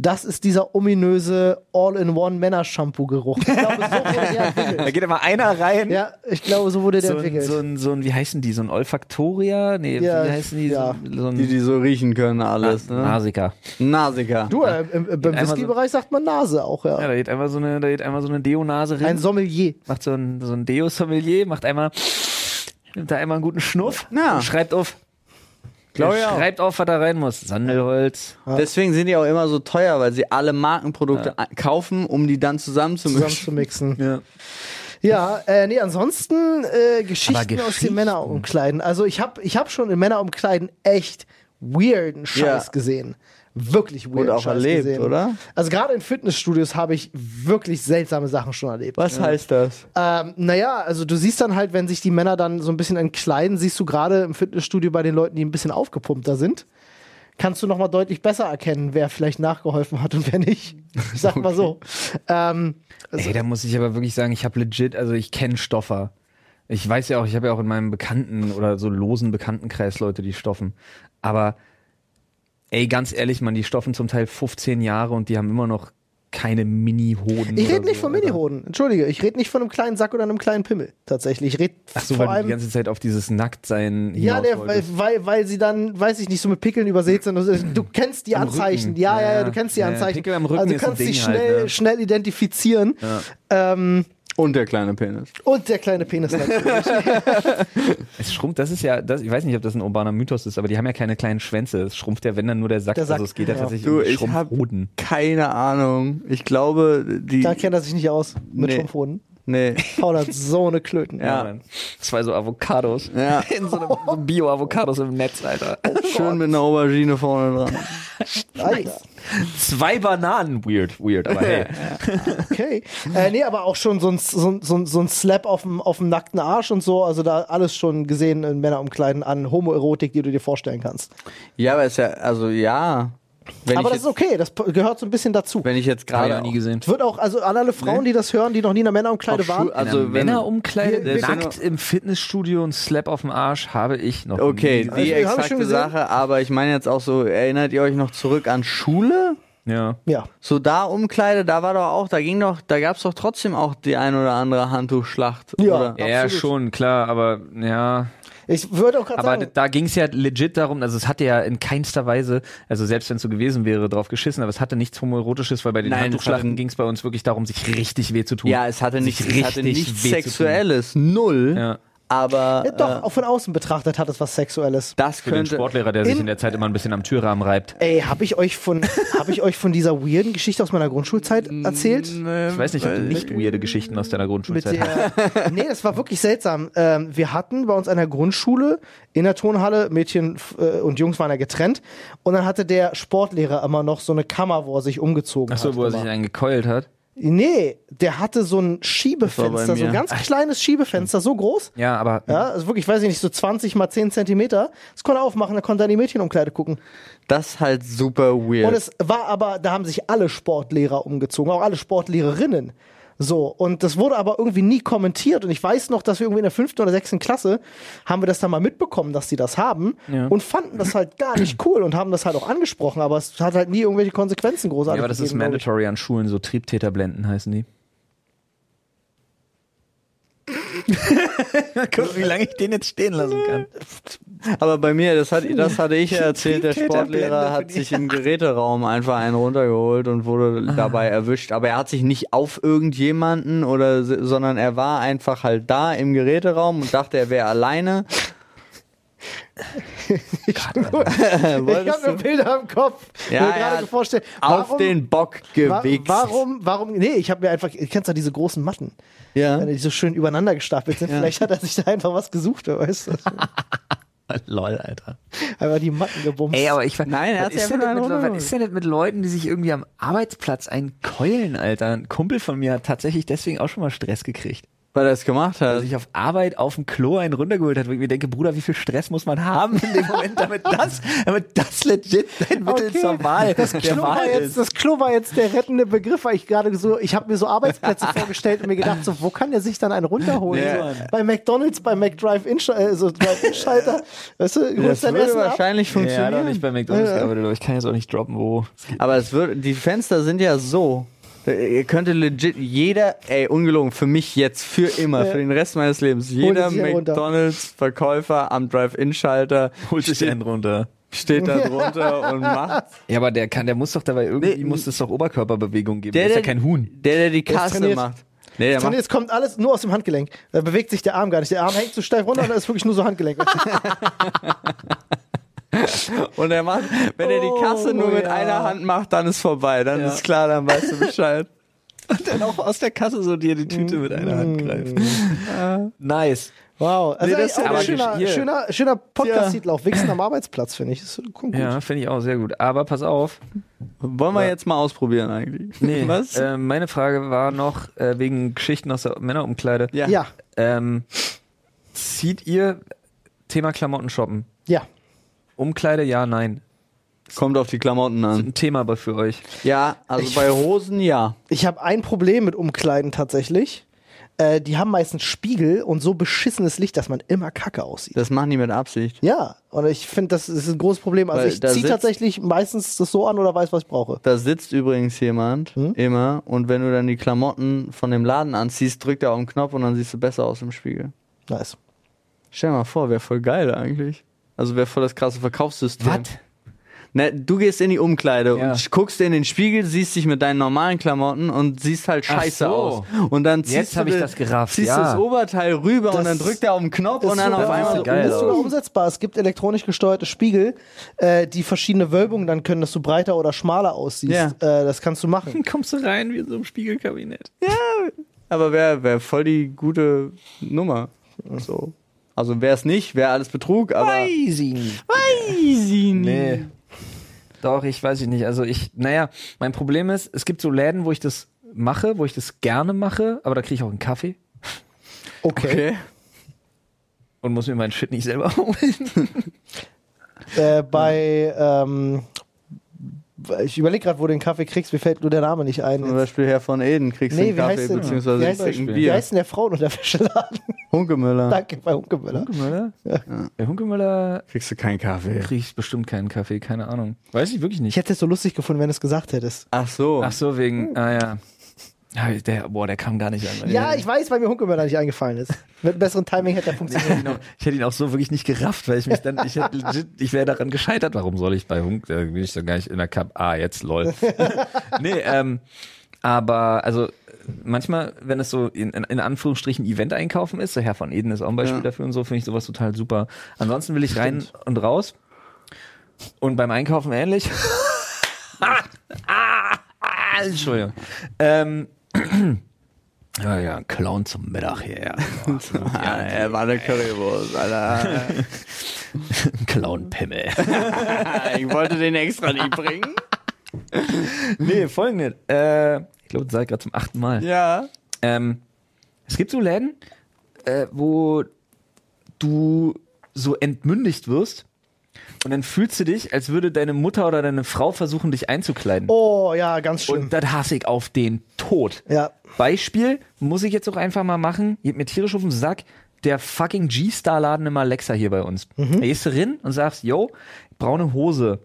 A: das ist dieser ominöse All-in-One-Männer-Shampoo-Geruch. Ich glaube, so wurde der entwickelt.
B: geht immer einer rein.
A: Ja, ich glaube, so wurde der
B: Hm? So ein,
A: entwickelt.
B: so, ein, so ein, wie heißen die? So ein Olfaktoria? Nee,
A: Ja,
B: wie heißen die?
A: ja.
B: So, ein- so ein
C: Die, die so riechen können, alles. Ne?
B: Nasica.
C: Nasiker.
A: du, äh, im, im, beim
B: Einmal so-
A: Whisky-Bereich sagt man Nase auch, ja.
B: Ja, da geht einmal so eine, da geht einmal so eine Deo-Nase
A: Ein
B: rein.
A: Sommelier.
B: macht so ein, so ein Deo-Sommelier, macht einmal, nimmt da einmal einen guten Schnuff
C: Ja.
B: und schreibt auf.
C: Glaub ich auch.
B: schreibt auf, was da rein muss. Sandelholz.
C: Deswegen sind die auch immer so teuer, weil sie alle Markenprodukte a- kaufen, um die dann
A: zusammen
C: zusammenzumischen.
A: zu mixen.
B: Ja.
A: Ja, äh, nee, ansonsten äh, Geschichten, aus den
B: Geschichten.
A: Männerumkleiden. Also ich hab ich hab schon in Männerumkleiden echt weirden Scheiß
C: Ja.
A: gesehen. wirklich weird
C: Und auch
A: Scheiß
C: erlebt,
A: gesehen.
C: oder?
A: Also gerade in Fitnessstudios habe ich wirklich seltsame Sachen schon erlebt.
C: Was heißt das?
A: Ähm, naja, also du siehst dann halt, wenn sich die Männer dann so ein bisschen entkleiden, siehst du gerade im Fitnessstudio bei den Leuten, die ein bisschen aufgepumpter sind, kannst du nochmal deutlich besser erkennen, wer vielleicht nachgeholfen hat und wer nicht. Ich sag mal
B: <laughs>
A: so. Ähm,
B: Ey, da muss ich aber wirklich sagen, ich habe legit, also ich kenne Stoffer. Ich weiß ja auch, ich habe ja auch in meinem Bekannten oder so losen Bekanntenkreis Leute, die stoffen. Aber ey, ganz ehrlich, man, die stoffen zum Teil 15 Jahre und die haben immer noch keine Mini-Hoden.
A: ich
B: oder
A: rede nicht
B: so,
A: von
B: Alter.
A: Minihoden, entschuldige. Ich rede nicht von einem kleinen Sack oder einem kleinen Pimmel, tatsächlich. Ich rede
B: Ach so,
A: vor
B: weil du die
A: allem...
B: ganze Zeit auf dieses Nacktsein
A: Ja,
B: hinaus
A: der, weil,
B: wolltest.
A: weil, weil sie dann, weiß ich nicht, so mit Pickeln übersät sind. Also, Du kennst die
B: Am
A: Anzeichen.
B: Rücken.
A: Ja, ja,
B: Ja,
A: ja, du kennst die
B: ja,
A: Anzeichen.
B: Pickel am Rücken
A: also du
B: ist ein
A: kannst die
B: Ding halt,
A: schnell,
B: ne?
A: schnell identifizieren. Ähm,
C: Und der kleine Penis.
A: und der kleine Penis natürlich.
B: Es schrumpft, das ist ja, das, ich weiß nicht, ob das ein urbaner Mythos ist, aber die haben ja keine kleinen Schwänze. Es schrumpft ja, wenn dann nur der Sack.
A: Der Sack,
B: also es geht ja
A: ja.
B: tatsächlich
C: Du,
B: um
C: ich hab
B: Schrumpfhoden.
C: keine Ahnung. Ich glaube, die.
A: da kennt er sich nicht aus mit
C: Nee.
A: Schrumpfhoden.
C: nee.
A: Paul
C: <laughs>
A: hat so eine Klöten.
C: Ja.
B: Mann. Zwei so Avocados.
C: Ja.
B: <laughs> In so einem so Bio-Avocados im Netz, Alter.
C: Schön mit einer Aubergine vorne dran.
A: Alter.
B: Zwei Bananen. Weird, weird, aber hey.
A: Okay. Äh, nee, aber auch schon so ein, so, ein- so, ein- so ein Slap auf dem, auf dem nackten Arsch und so. Also da alles schon gesehen in Männerumkleiden an Homoerotik, die du dir vorstellen kannst.
C: Ja, aber ist ja, also ja. Wenn
A: aber das
C: ich
A: ist
C: jetzt,
A: okay, das p- gehört so ein bisschen dazu.
C: Wenn ich jetzt
B: <laughs> Habe ich
C: gerade.
B: noch nie gesehen.
A: Es wird auch, also an alle Frauen, die das hören, die noch nie in einer Männerumkleide
C: Auch
A: waren,
C: Schu- also
B: In einer
C: wenn-
B: Männerumkleide,
A: Wir- wir-
B: nackt im Fitnessstudio und Slap auf dem Arsch habe ich noch nie
C: Okay,
B: gesehen.
A: hab
C: die
A: ich schon
C: exakte
A: gesehen.
C: Sache, aber ich meine jetzt auch so, erinnert ihr euch noch zurück an Schule?
B: Ja.
A: ja.
C: So da Umkleide, da war doch auch, da ging doch, da gab's doch trotzdem auch die ein oder andere Handtuchschlacht.
A: Ja.
C: Oder?
A: Ja.
B: Ja,
A: Absolut.
B: schon, klar, aber ja.
A: Ich würde auch gerade
B: Aber
A: sagen,
B: da ging es ja legit darum, also es hatte ja in keinster Weise, also selbst wenn es so gewesen wäre, drauf geschissen, aber es hatte nichts Homoerotisches, weil bei den
C: Nein, es
B: Handtuchschlachten
C: hatte-
B: ging es bei uns wirklich darum, sich richtig weh zu tun.
C: Ja, es hatte, nicht,
B: Sich
C: es hatte nichts
B: weh zu tun.
C: Sexuelles, null.
B: Ja.
C: Aber
A: ja, doch,
C: äh,
A: auch von außen betrachtet hat es was Sexuelles.
C: das
B: Für den
C: könnte.
B: Sportlehrer, der sich
A: In-
B: in der Zeit immer ein bisschen am Türrahmen reibt.
A: Ey, habe ich euch von habe ich euch von dieser weirden Geschichte aus meiner Grundschulzeit erzählt?
B: Ich weiß nicht, ob du nicht weirde Geschichten aus deiner
A: Mit
B: Grundschulzeit hast.
A: der, <laughs> nee, das war wirklich seltsam. Ähm, wir hatten bei uns an der Grundschule in der Turnhalle, Mädchen f- äh, und Jungs waren ja getrennt. Und dann hatte der Sportlehrer immer noch so eine Kammer, wo er sich umgezogen
B: Achso,
A: hat.
B: wo er sich
A: immer.
B: einen gekeult hat.
A: nee, der hatte so ein
C: Das
A: Schiebefenster,
C: war bei
A: so ein
C: mir.
A: ganz kleines Schiebefenster, so groß.
B: Ja, aber
A: Ja, also wirklich, weiß ich nicht, so 20 mal 10 Zentimeter. Das konnte er aufmachen, da konnte er in die Mädchenumkleide gucken.
C: Das ist halt super weird.
A: Und es war aber, da haben sich alle Sportlehrer umgezogen, auch alle Sportlehrerinnen. So, und das wurde aber irgendwie nie kommentiert. Und ich weiß noch, dass wir irgendwie in der fünften oder sechsten Klasse haben wir das dann mal mitbekommen, dass die das haben und fanden das halt gar nicht cool und haben das halt auch angesprochen, aber es hat halt nie irgendwelche Konsequenzen
B: Ja,
A: großartig.
B: aber das ist
A: gegeben, glaub ich.
B: mandatory an Schulen, so Triebtäterblenden heißen <laughs> die. Mal gucken, wie lange ich den jetzt stehen lassen kann.
C: Aber bei mir, das, hat, das
B: <laughs>
C: hatte ich ja erzählt, der
B: Täterblende
C: Sportlehrer
B: für
C: hat
B: die- Ah.
C: sich im Geräteraum einfach einen runtergeholt und wurde dabei erwischt. Aber er hat sich nicht auf irgendjemanden oder, s- sondern er war einfach halt da im Geräteraum und dachte, er wäre
B: <laughs>
C: alleine.
A: <laughs>
C: <laughs>
A: Ich habe nur Bilder im Kopf,
C: Äh, Ja,
A: mir
C: er
A: gerade
C: hat
A: vorstellen.
C: Auf den Bock
A: wa-
C: gewichst.
A: warum, warum, nee, ich habe mir einfach, ihr kennt ja diese großen Matten,
C: Ja.
A: die so schön übereinander gestapelt sind. Vielleicht hat er sich da einfach was gesucht, wer weiß das.
B: <laughs> Lol, Alter.
A: Einfach die Matten gebumst.
B: Ey, aber ich weiß.
C: Nein, er hat
B: was ist
C: sich
B: denn
C: einfach
B: das
C: nur
B: mit,
C: einen
B: was ist denn das mit Leuten, die sich irgendwie am Arbeitsplatz einkeulen, Alter? Ein Kumpel von mir hat tatsächlich deswegen auch schon mal Stress gekriegt.
C: Weil er es gemacht
B: Weil
C: hat.
B: sich auf Arbeit auf dem Klo einen runtergeholt hat, wo ich mir denke, Bruder, wie viel Stress muss man haben in dem Moment, damit <laughs> das, damit das legit dein Mittel
A: Okay.
B: zur Wahl
A: Das
B: der
A: Klo, war
B: Wahl
A: jetzt,
B: ist.
A: das Klo war jetzt der rettende Begriff, weil ich gerade so, ich habe mir so Arbeitsplätze vorgestellt und mir gedacht, so, wo kann der sich dann einen runterholen?
C: Ja.
A: So, bei McDonalds, bei McDrive-In-Schalter, äh, so Drive-In-Schalter, weißt du,
C: Das
A: holst dein
C: würde
A: Essen ab.
C: wahrscheinlich
B: Ja,
C: funktionieren.
B: doch nicht bei McDonalds gearbeitet, aber ich kann jetzt auch nicht droppen, wo.
C: Aber es wird, die Fenster sind ja so. äh, Ihr könnte legit jeder, ey, ungelogen, für mich jetzt, für immer, für den Rest meines Lebens, jeder
A: sich hier runter.
C: McDonalds-Verkäufer am Drive-In-Schalter
B: Holt sich einen runter.
C: steht da drunter und macht.
B: Ja, aber der kann, der muss doch dabei irgendwie,
C: Nee,
B: muss es doch Oberkörperbewegung geben. Der, ist ja kein Huhn.
C: Der, der die
A: ist
C: Kasse
A: trainiert.
C: macht. Nee, der
A: Und
C: macht.
A: jetzt kommt alles nur aus dem Handgelenk. Da bewegt sich der Arm gar nicht. Der Arm hängt so steif runter und da ist wirklich nur so Handgelenk.
C: Und er macht, wenn er die Kasse nur mit
A: Oh, ja.
C: einer Hand macht, dann ist vorbei. Dann ist klar, dann weißt du Bescheid.
A: <laughs>
B: Hm. Und dann auch aus der Kasse so dir die Tüte mit einer Hand greift. Nice.
A: Wow. Also
C: Nee,
A: nee,
C: das ist
A: auch
B: aber
A: ein schöner,
B: hier-
A: schöner, schöner
C: Ja.
A: Podcast-Titel auf Wichsen am Arbeitsplatz, finde ich. Das kommt gut.
B: Ja, finde ich auch sehr gut. Aber pass auf.
C: Wollen wir jetzt mal ausprobieren eigentlich? Was?
B: Äh, meine Frage war noch äh, wegen Geschichten aus der Männerumkleide.
A: Ja. ja,
B: Ähm, zieht ihr Thema Klamotten shoppen? Umkleide, ja, nein.
C: Kommt auf die Klamotten an.
B: Ein Thema aber für euch.
C: Ja, also bei Hosen ja.
A: Ich habe ein Problem mit Umkleiden tatsächlich. Äh, die haben meistens Spiegel und so beschissenes Licht, dass man immer kacke aussieht.
C: Das machen die mit Absicht.
A: ja, und ich finde, das ist ein großes Problem. Also
C: Weil
A: ich
C: da
A: ziehe
C: sitzt-
A: tatsächlich meistens das so an oder weiß, was ich brauche.
C: Da sitzt übrigens jemand
B: Hm?
C: immer und wenn du dann die Klamotten von dem Laden anziehst, drückt er auf den Knopf und dann siehst du besser aus im Spiegel.
A: Nice.
C: Stell dir mal vor, wäre voll geil eigentlich. Also wäre voll das krasse Verkaufssystem.
B: Was?
C: Ne, du gehst in die Umkleide
B: Ja.
C: und sch- guckst in den Spiegel, siehst dich mit deinen normalen Klamotten und siehst halt
B: Ach
C: scheiße
B: so.
C: aus. Und dann ziehst
B: Jetzt
C: du
B: hab ich
C: den-
B: das gerafft,
C: Ziehst
B: ja.
C: das Oberteil rüber und
A: Das-
C: dann drückt er auf den Knopf und dann
A: sogar-
C: auf einmal so,
B: geil
A: das ist
B: aus.
A: sogar umsetzbar. Es gibt elektronisch gesteuerte Spiegel, äh, die verschiedene Wölbungen dann können, dass du breiter oder schmaler aussiehst.
C: Ja.
A: Äh, das kannst du
C: <laughs>
A: machen.
B: Kommst du rein wie in so einem Spiegelkabinett?
C: Aber wäre wär voll die gute Nummer. So. Also wäre es nicht, wäre alles Betrug, aber.
B: Easy.
C: Easy.
B: Nee. Doch, ich weiß ich nicht. Also ich, naja, mein Problem ist, es gibt so Läden, wo ich das mache, wo ich das gerne mache, aber da kriege ich auch einen Kaffee
A: Okay.
C: Okay.
B: und muss mir meinen Shit nicht selber <laughs> holen.
A: Äh, bei ähm, ich überlege gerade, wo du den Kaffee kriegst, mir fällt nur der Name nicht ein.
C: Zum Beispiel Herr von Eden kriegst du
A: Nee,
C: einen
A: wie heißt
C: Kaffee
A: der?
C: beziehungsweise
A: Wie
C: einen
A: heißt der?
C: Stecken
A: Wie
C: Bier.
A: heißt denn der <laughs> Frauenunterwäscheladen?
C: Hunkemüller.
A: Danke, bei Hunkemöller.
B: Hunkemöller? Bei Hunkemöller
C: Kriegst du keinen Kaffee.
B: kriege ich bestimmt keinen Kaffee, keine Ahnung. Weiß ich wirklich
A: Ich
B: nicht.
A: hätte es so lustig gefunden, wenn du es gesagt hättest.
C: Ach so.
B: Ach so, wegen, ah ja. ja. Der, boah, der kam gar nicht an.
A: Ja, ich weiß, weil mir Hunkemöller nicht eingefallen ist. Mit besserem Timing hätte er <laughs>
B: Ich
A: funktioniert.
B: hätte ihn auch- ich hätte ihn auch so wirklich nicht gerafft, weil ich mich dann, ich, hätte legit, ich wäre daran gescheitert. Warum soll ich bei Hunk, da bin ich doch gar nicht in der Cup. Ah, jetzt lol. nee, ähm, aber also manchmal, wenn es so in, in, in Anführungsstrichen Event einkaufen ist, so Herr von Eden ist auch ein Beispiel
C: Ja.
B: dafür und so, finde ich sowas total super. Ansonsten will ich rein und raus. Und beim Einkaufen ähnlich. Ah, Entschuldigung. Ähm, <clears throat> ja, ja, Clown zum Mittag hier, ja. genau.
C: Ah, er war eine Currywurst, Alter.
A: <laughs>
B: Clown-Pimmel.
C: Ah, ich wollte den extra
A: <laughs>
C: nicht bringen.
B: <laughs> Nee, folgendes. Äh, ich glaube, das sage ich gerade zum achten Mal.
C: Ja.
B: Ähm, es gibt so Läden, äh, wo du so entmündigt wirst und dann fühlst du dich, als würde deine Mutter oder deine Frau versuchen, dich einzukleiden.
A: Oh ja, ganz schlimm.
B: Und das hasse ich auf den Tod.
A: Ja.
B: Beispiel muss ich jetzt auch einfach mal machen, geht mir tierisch auf den Sack, der fucking G-Star-Laden im Alexa hier bei uns. Da gehst du hin und sagst, yo, braune Hose,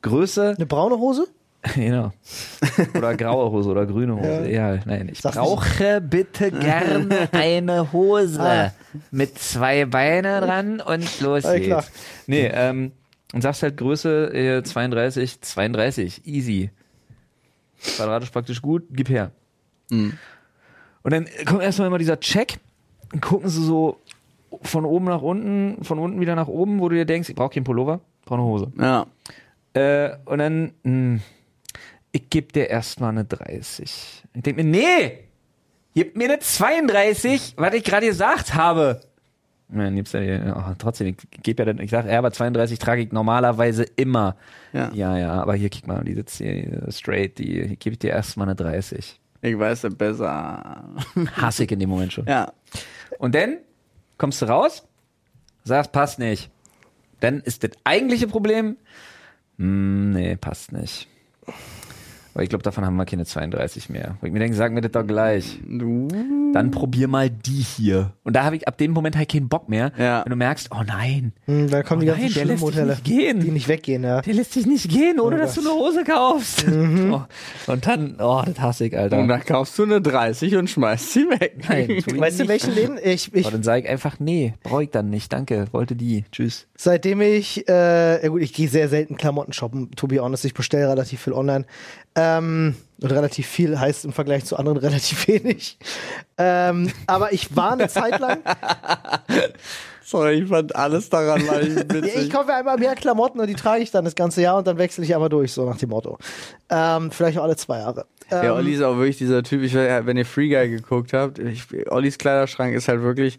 B: Größe
A: Eine braune Hose?
B: <laughs> Genau. Oder graue Hose oder grüne Hose. Ja, nein, ich
A: Sag's
B: brauche
A: <laughs>
B: bitte gerne eine Hose
A: Ah.
B: mit zwei Beinen dran und los
A: Ja,
B: geht's.
A: klar.
B: Nee, ähm, und sagst halt Größe äh, 32, 32, easy. Quadratisch praktisch gut, gib her.
A: Mhm.
B: Und dann kommt erstmal immer dieser Check, und gucken sie so von oben nach unten, von unten wieder nach oben, wo du dir denkst, ich brauche keinen Pullover, brauche eine Hose.
C: Ja.
B: Äh, und dann, mh, ich gebe dir erstmal eine 30. Ich denke mir, nee, gib mir eine 32, was ich gerade gesagt habe. Und Dann gibt's ja, die- oh, trotzdem, ich gebe ja dann, ich sage, ja, aber 32 trage ich normalerweise immer.
C: Ja.
B: ja, ja, aber hier, kick mal, die sitzt hier äh, straight, die, hier gebe ich dir erstmal eine 30.
C: Ich weiß es besser.
B: Hasse ich in dem Moment schon.
C: Ja.
B: Und dann kommst du raus, sagst, passt nicht. Dann ist das eigentliche Problem, hm, nee, passt nicht. Aber ich glaube, davon haben wir keine 32 mehr. Wo ich mir denke, sag mir das doch gleich. Dann probier mal die hier. Und da habe ich ab dem Moment halt keinen Bock mehr.
C: Ja.
B: Wenn du merkst, oh nein,
A: Hm, da kommen die
B: Oh
A: ganzen
B: nein, der
A: schlimmen
B: lässt dich
A: Modelle.
B: nicht gehen.
A: Die nicht weggehen, ja.
B: der lässt dich nicht gehen, ohne
A: Oh
B: dass du
A: Gott.
B: eine Hose
C: <laughs>
B: kaufst. Oh. Und dann, oh, das hasse ich, Alter.
C: Mhm. Und dann kaufst du eine 30 und schmeißt sie weg.
B: Nein, tu ich
C: <laughs>
A: Weißt du,
B: nicht.
A: welchen Läden? Ich, ich
B: Aber Oh, dann sage ich einfach, nee, brauche ich dann nicht, danke, wollte die, tschüss.
A: Seitdem ich, äh, ja gut, ich gehe sehr selten Klamotten shoppen, to be honest. Ich bestelle relativ viel online. Ähm, und relativ viel heißt im Vergleich zu anderen <laughs> relativ wenig. Ähm, aber ich war eine Zeit lang,
C: Sorry, ich fand alles
A: <laughs>
C: daran mal
A: Ja, ich
C: witzig.
A: kaufe einmal mehr Klamotten und die trage ich dann das ganze Jahr und dann wechsle ich einmal durch, so nach dem Motto. Ähm, vielleicht auch alle zwei Jahre. Ähm,
C: Ja, Olli ist auch wirklich dieser Typ, ich, weiß, wenn ihr Free Guy geguckt habt, ich, Ollis Kleiderschrank ist halt wirklich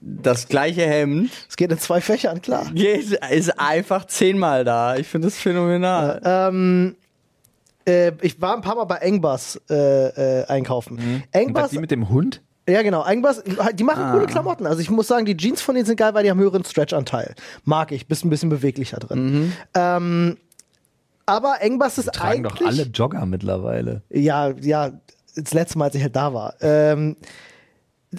C: das gleiche Hemd
A: Es geht in zwei Fächern, klar.
C: geht, ist einfach zehnmal da. Ich finde das phänomenal.
A: Ähm, äh, ich war ein paar Mal bei Engbass äh, äh, einkaufen.
B: Was
A: Engbass,
B: Mhm. die mit Ah. dem Hund?
A: ja genau, Engbass, die machen coole Klamotten. Also ich muss sagen, die Jeans von denen sind geil, weil die haben höheren Stretchanteil. Mag ich, bist ein bisschen beweglicher drin. Ähm, aber Engbass ist
B: Mhm. Tragen
A: eigentlich...
B: doch alle Jogger mittlerweile.
A: Ja, ja, das letzte Mal, als ich halt da war. Ähm,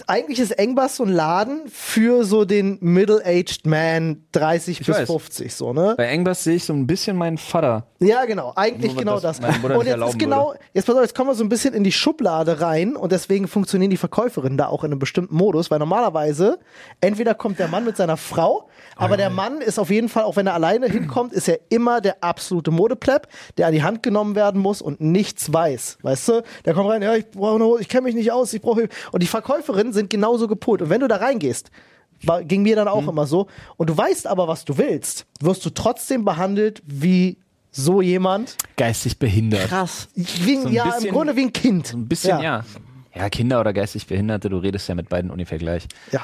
A: eigentlich ist Engbass so ein Laden für so den Middle-aged Man 30 bis
B: weiß.
A: 50, so, ne?
B: Bei Engbass sehe ich so ein bisschen meinen Vater.
A: Ja, genau, eigentlich
B: Nur, wenn
A: genau
B: das
A: das.
B: meine Mutter
A: Und
B: nicht
A: jetzt
B: erlauben
A: ist genau, jetzt pass auf, jetzt kommen wir so ein bisschen in die Schublade rein und deswegen funktionieren die Verkäuferinnen da auch in einem bestimmten Modus, weil normalerweise entweder kommt der Mann mit seiner Frau, aber der Mann ist auf jeden Fall, auch wenn er alleine hinkommt, ist er immer der absolute Modeplepp, der an die Hand genommen werden muss und nichts weiß, weißt du? Der kommt rein, ja, ich brauche eine Hose, ich kenne mich nicht aus, ich brauche Hilfe. Und die Verkäuferinnen sind genauso gepolt und wenn du da reingehst, war, ging mir dann auch immer so. Und du weißt aber, was du willst, wirst du trotzdem behandelt wie so jemand.
B: Geistig behindert.
C: Krass.
A: Wie, ein-
B: ein
A: ja,
B: bisschen-
A: im Grunde wie ein Kind.
B: <laughs> Ein bisschen, ja. ja. Kinder oder geistig Behinderte, du redest ja mit beiden ungefähr gleich.
A: ja.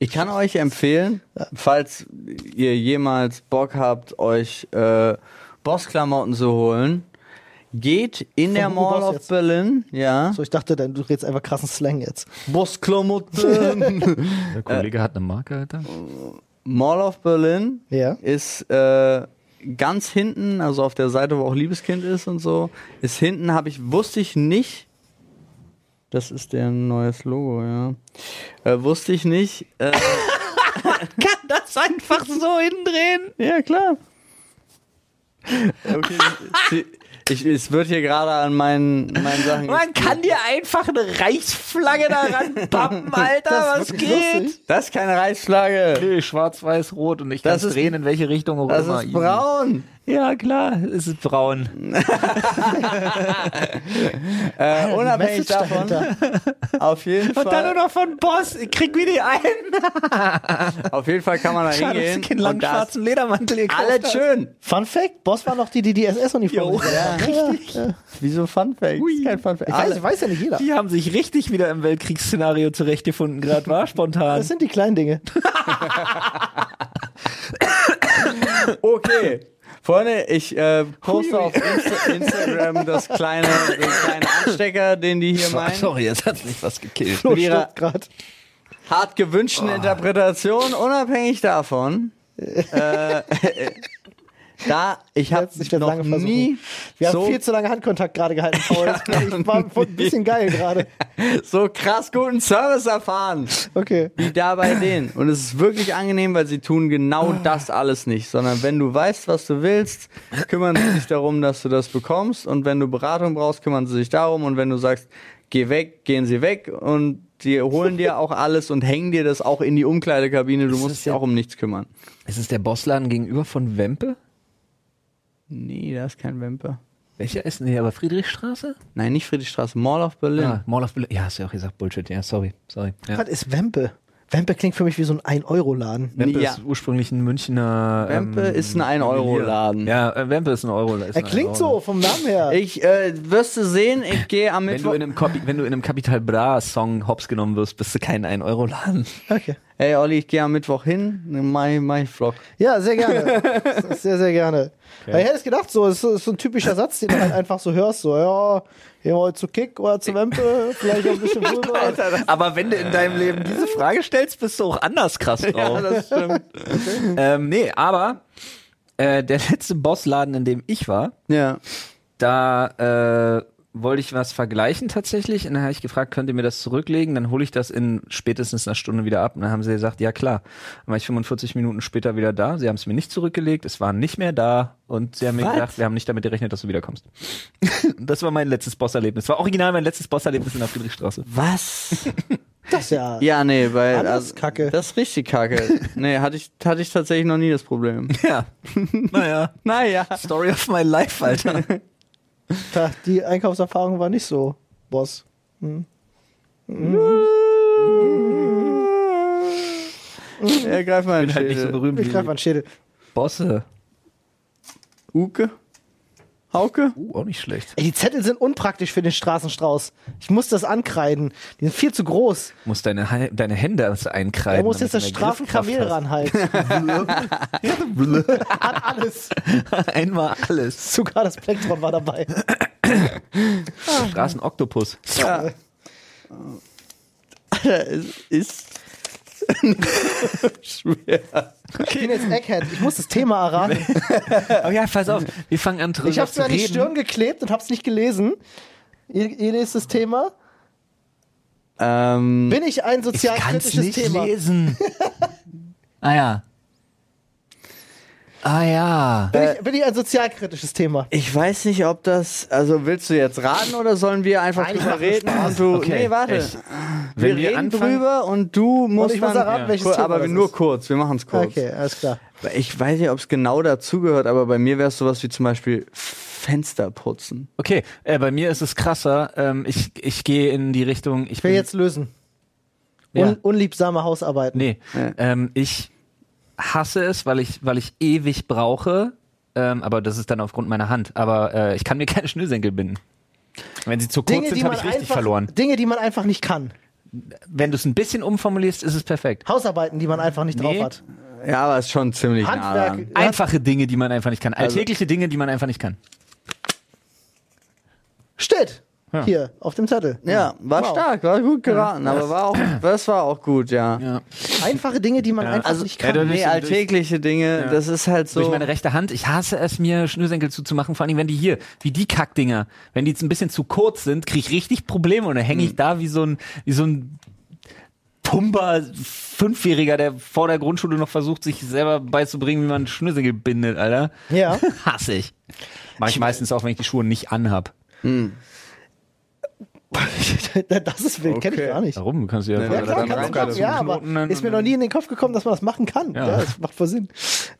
C: Ich kann euch empfehlen, falls ihr jemals Bock habt, euch äh, Boss-Klamotten zu holen, geht in der
A: Hugo
C: Mall
A: Boss
C: of
A: jetzt.
C: Berlin, ja.
A: So, ich dachte, dann, du redest einfach krassen Slang jetzt.
C: <laughs> Boss-Klamotten.
B: Der Kollege hat eine Marke, Alter.
C: Mall of Berlin
A: Ja.
C: ist äh, ganz hinten, also auf der Seite, wo auch Liebeskind ist und so, ist hinten, habe ich, wusste ich nicht, das ist der neues Logo, ja. Äh, wusste ich nicht.
B: <laughs>
C: Äh,
B: Kann das einfach so hindrehen?
C: Ja, klar. Okay, sie, ich, es wird hier gerade an meinen, meinen Sachen.
B: kann dir einfach eine Reichsflagge
C: <laughs>
B: daran pappen, Alter, was
A: Lustig.
C: Das ist keine Reichsflagge.
B: Nee, schwarz, weiß, rot und ich
C: Das
B: kann
C: ist-
B: drehen, in welche Richtung auch
C: Das
B: immer.
C: ist braun.
B: Ja, klar, es ist braun.
C: Äh,
A: Message
C: unabhängig davon.
A: <laughs>
C: Auf jeden, Fall,
B: noch von Boss, ich krieg wieder die <laughs> ein.
C: auf jeden Fall kann man da hingehen. und da ist
B: Ledermantel gekauft
C: alles schön.
A: Fun Fact: Boss war noch die, die die SS-Uniform
C: Ja.
A: Richtig.
C: Wieso Fun Fact?
B: Ui.
C: Kein Fun Fact.
A: Ich weiß,
C: Alle-
A: weiß ja nicht jeder.
B: Die haben sich richtig wieder im Weltkriegsszenario zurechtgefunden, gerade war
A: Das
B: spontan.
A: sind die kleinen
B: <laughs>
A: Dinge. <laughs>
C: Okay. Freunde, ich äh, poste auf Insta Instagram das kleine, den kleinen Anstecker, den die hier meinen.
B: Sorry, jetzt hat mich was gekillt.
A: Flo
C: Vera-
A: stirbt grad.
C: hart gewünschten
A: Oh.
C: Interpretation,
A: <laughs>
C: unabhängig davon. äh, da, ich habe
A: Jetzt, ich werd's
C: noch
A: lange versuchen.
C: nie
A: Wir haben
C: so,
A: viel zu lange Handkontakt gerade gehalten, Paul. Das
B: <laughs>
A: ich war ein bisschen geil gerade.
C: so krass guten Service erfahren
A: Okay.
C: wie da bei denen. Und es ist wirklich angenehm, weil sie tun genau das alles nicht, sondern wenn du weißt, was du willst, kümmern sie sich darum, dass du das bekommst. Und wenn du Beratung brauchst, kümmern sie sich darum. Und wenn du sagst, geh weg, gehen sie weg und die holen dir auch alles und hängen dir das auch in die Umkleidekabine. Du musst
B: ist
C: dich
B: ja-
C: auch um nichts kümmern.
B: Ist es der Bossladen gegenüber von Wempe?
C: Nee, da ist kein Wempe.
B: Welcher ist denn hier? Aber Friedrichstraße?
C: Nein, nicht Friedrichstraße, Mall of Berlin.
B: Ja, Mall of Berlin. Ja, hast du ja auch gesagt, Bullshit. Ja, sorry. sorry. Ja.
A: Was ist Wempe? Wempe klingt für mich wie so ein 1-Euro-Laden.
B: Wempe
C: Ja.
B: ist ursprünglich ein Münchner.
C: Wempe
B: ähm,
C: ist ein 1-Euro-Laden.
B: Ja, äh, Wempe ist ein Euro. Ist
A: Er
B: ein
A: klingt so
B: Euro-Laden.
A: vom Namen her.
C: Ich äh, wirst du sehen, ich gehe am
B: Wenn du,
C: Mittwoch.
B: in einem Copy, wenn du in einem Capital Bra Song hops genommen wirst, bist du kein <laughs> 1-Euro-Laden.
A: Okay.
C: Ey Olli, ich gehe am Mittwoch hin, dann mach ich, mach ich Vlog.
A: Ja, sehr gerne. Das- sehr, sehr gerne. Weil ich hätte es gedacht, so, es ist, so- ist so ein typischer Satz, den du halt einfach so hörst, so, ja, gehen wir heute zu Kick oder zu Wempe, vielleicht auch ein bisschen Pulver.
B: Aber wenn du in deinem Leben diese Frage stellst, bist du auch anders <laughs> krass drauf.
C: das stimmt.
B: ähm, nee, aber äh, der letzte Bossladen, in dem ich war,
C: Ja.
B: da äh, wollte ich was vergleichen tatsächlich. Und dann habe ich gefragt, könnt ihr mir das zurücklegen? Dann hole ich das in spätestens einer Stunde wieder ab. Und dann haben sie gesagt, ja klar. Dann war ich 45 Minuten später wieder da. Sie haben es mir nicht zurückgelegt, es war nicht mehr da. Und sie haben mir
C: Was?
B: gesagt, wir haben nicht damit gerechnet, dass du wiederkommst. <laughs> das war mein letztes Bosserlebnis. War original mein letztes Bosserlebnis in
A: <laughs>
B: der Friedrichstraße.
C: Was?
A: Das ist ja.
C: Ja, nee, weil. also,
A: Alles Kacke.
C: Das ist richtig kacke. Nee, hatte ich, hatte ich tatsächlich noch nie das Problem.
B: Ja. naja.
C: Naja.
B: Story of my life, Alter.
A: Ta- Die Einkaufserfahrung war nicht so, Boss.
C: Ja, greif mal in
B: Bin halt nicht so
C: Schädel.
B: berühmt
A: Ich greife
B: wie
A: an den Schädel.
B: Bosse.
C: Uke? Hauke?
B: Uh, auch nicht schlecht.
A: Ey, die Zettel sind unpraktisch für den Straßenstrauß. Ich muss das ankreiden. Die sind viel zu groß.
B: Muss deine, Hal- deine Hände also einkreiden.
A: Er muss
B: damit
A: jetzt
B: du
A: das
B: mehr Griffkraft
A: Strafenkamel
B: hast.
A: ranhalten. Hat alles.
B: <laughs> Einmal alles.
A: Sogar das Plektron war dabei.
B: Ah. <laughs> Straßenoktopus.
C: Ja. Alter, es ist
B: Oh
C: schwer.
A: Ich bin jetzt Egghead. Ich muss das Thema erraten.
B: Oh ja, pass auf. Wir fangen an drüber
A: Ich hab's
B: zu
A: mir an die
B: reden.
A: Stirn geklebt und hab's nicht gelesen. Ihr, ihr lest das Thema.
C: Ähm,
A: Bin ich ein
B: Ich kann's
A: sozialkritisches
B: nicht
A: Thema? <laughs>
B: lesen. ah ja. Ah ja.
A: Bin ich, bin ich ein sozialkritisches Thema?
C: ich weiß nicht, ob das. Also willst du jetzt raten oder sollen wir einfach
A: Nein, ich
C: drüber
A: mach
C: reden? Und du,
B: Okay,
C: nee, warte.
B: echt.
C: Wir,
B: Wenn wir
C: reden
B: anfangen-
C: drüber und du musst
A: ich muss
C: dann,
A: erraten, welches
C: Kur-
A: Thema
C: aber
A: das
C: nur
A: ist.
C: kurz. Wir machen es kurz.
A: Okay, alles klar.
C: Ich weiß nicht, ob es genau dazugehört, aber bei mir wäre es sowas wie zum Beispiel Fenster putzen.
B: Okay, äh, bei mir ist es krasser. Ähm, ich ich gehe in die Richtung. Ich
A: Ich will
B: bin-
A: jetzt lösen.
B: Ja.
A: Un, unliebsame Hausarbeiten.
B: Nee,
C: Ja.
B: ähm, ich hasse es, weil ich, weil ich ewig brauche. Ähm, aber das ist dann aufgrund meiner Hand. Aber äh, ich kann mir <laughs> keine Schnürsenkel binden. Wenn sie zu kurz
A: Dinge, die
B: sind, habe
A: man
B: ich richtig
A: einfach,
B: verloren.
A: Dinge, die man einfach nicht kann.
B: Wenn du es ein bisschen umformulierst, ist es perfekt.
A: Hausarbeiten, die man einfach nicht
B: Nee. Ah.
A: drauf hat.
C: Ja, aber ist schon ziemlich nah
A: Handwerk.
C: dran.
B: Einfache Dinge, die man einfach nicht kann.
A: Also
B: Alltägliche Dinge, die man einfach nicht kann.
A: Steht.
B: Ja.
A: Hier, auf dem Zettel.
C: Ja, war
A: Wow.
C: stark, war gut geraten, aber war auch, das war auch gut, ja.
B: Ja.
A: Einfache Dinge, die man einfach
C: Also
A: nicht kann.
B: ja,
C: nee, alltägliche Dinge, das ist halt so.
B: Durch meine rechte Hand. Ich hasse es, mir Schnürsenkel zuzumachen. Vor allem, wenn die hier, wie die Kackdinger, wenn die jetzt ein bisschen zu kurz sind, kriege ich richtig Probleme und dann hänge
A: Hm.
B: ich da wie so ein, wie so ein Pumper Fünfjähriger, der vor der Grundschule noch versucht, sich selber beizubringen, wie man Schnürsenkel bindet, Alter.
A: Ja.
B: <laughs> Hasse ich. Mach ich meistens auch, wenn ich die Schuhe nicht anhab.
A: das ist wild, kenn ich
C: Okay.
A: gar nicht.
B: Warum? Du kannst ja,
C: Nee,
A: Ja,
C: Aber
A: klar, kann
C: dann
A: man
C: locker
A: machen,
C: dazu
A: ja, aber ist mir noch nie in den Kopf gekommen, dass man das machen kann. Ja. das macht voll Sinn.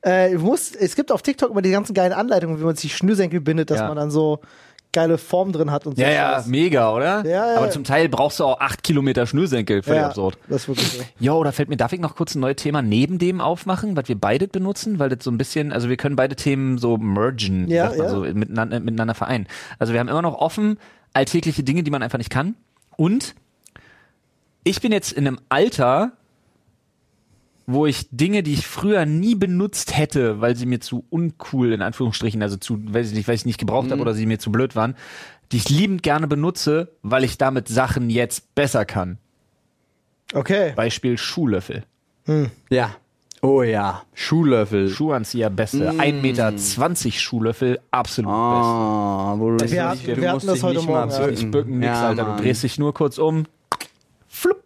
A: Äh, ich muss, es gibt auf TikTok immer die ganzen geilen Anleitungen, wie man sich Schnürsenkel bindet, dass
B: Ja.
A: man dann so geile Form drin hat und so.
B: Ja, ja,
A: Scheiß.
B: mega, oder?
A: Ja, ja.
B: Aber zum Teil brauchst du auch acht Kilometer Schnürsenkel. Völlig
A: ja.
B: absurd.
A: Das ist wirklich so.
B: Jo, da fällt mir, darf ich noch kurz ein neues Thema neben dem aufmachen, was wir beide benutzen, weil das so ein bisschen, also wir können beide Themen so mergen,
A: Ja,
B: sagt man
A: ja.
B: so, miteinander, miteinander vereinen. Also wir haben immer noch offen alltägliche Dinge, die man einfach nicht kann. Und ich bin jetzt in einem Alter, wo ich Dinge, die ich früher nie benutzt hätte, weil sie mir zu uncool, in Anführungsstrichen, also zu, weiß ich nicht, weil ich nicht gebraucht
A: Mhm.
B: habe oder sie mir zu blöd waren, die ich liebend gerne benutze, weil ich damit Sachen jetzt besser kann.
A: Okay.
B: Beispiel Schuhlöffel.
C: ja. Oh ja, Schuhlöffel.
B: Schuhanzieher beste. 1,20 Meter Schuhlöffel, absolut
C: Ah, wo du
A: Wir hatten- wir hatten das heute Morgen, ja.
B: best. Nicht bücken, nix,
C: Ja,
B: Alter.
C: Mann.
B: Du drehst dich nur kurz um. Flupp.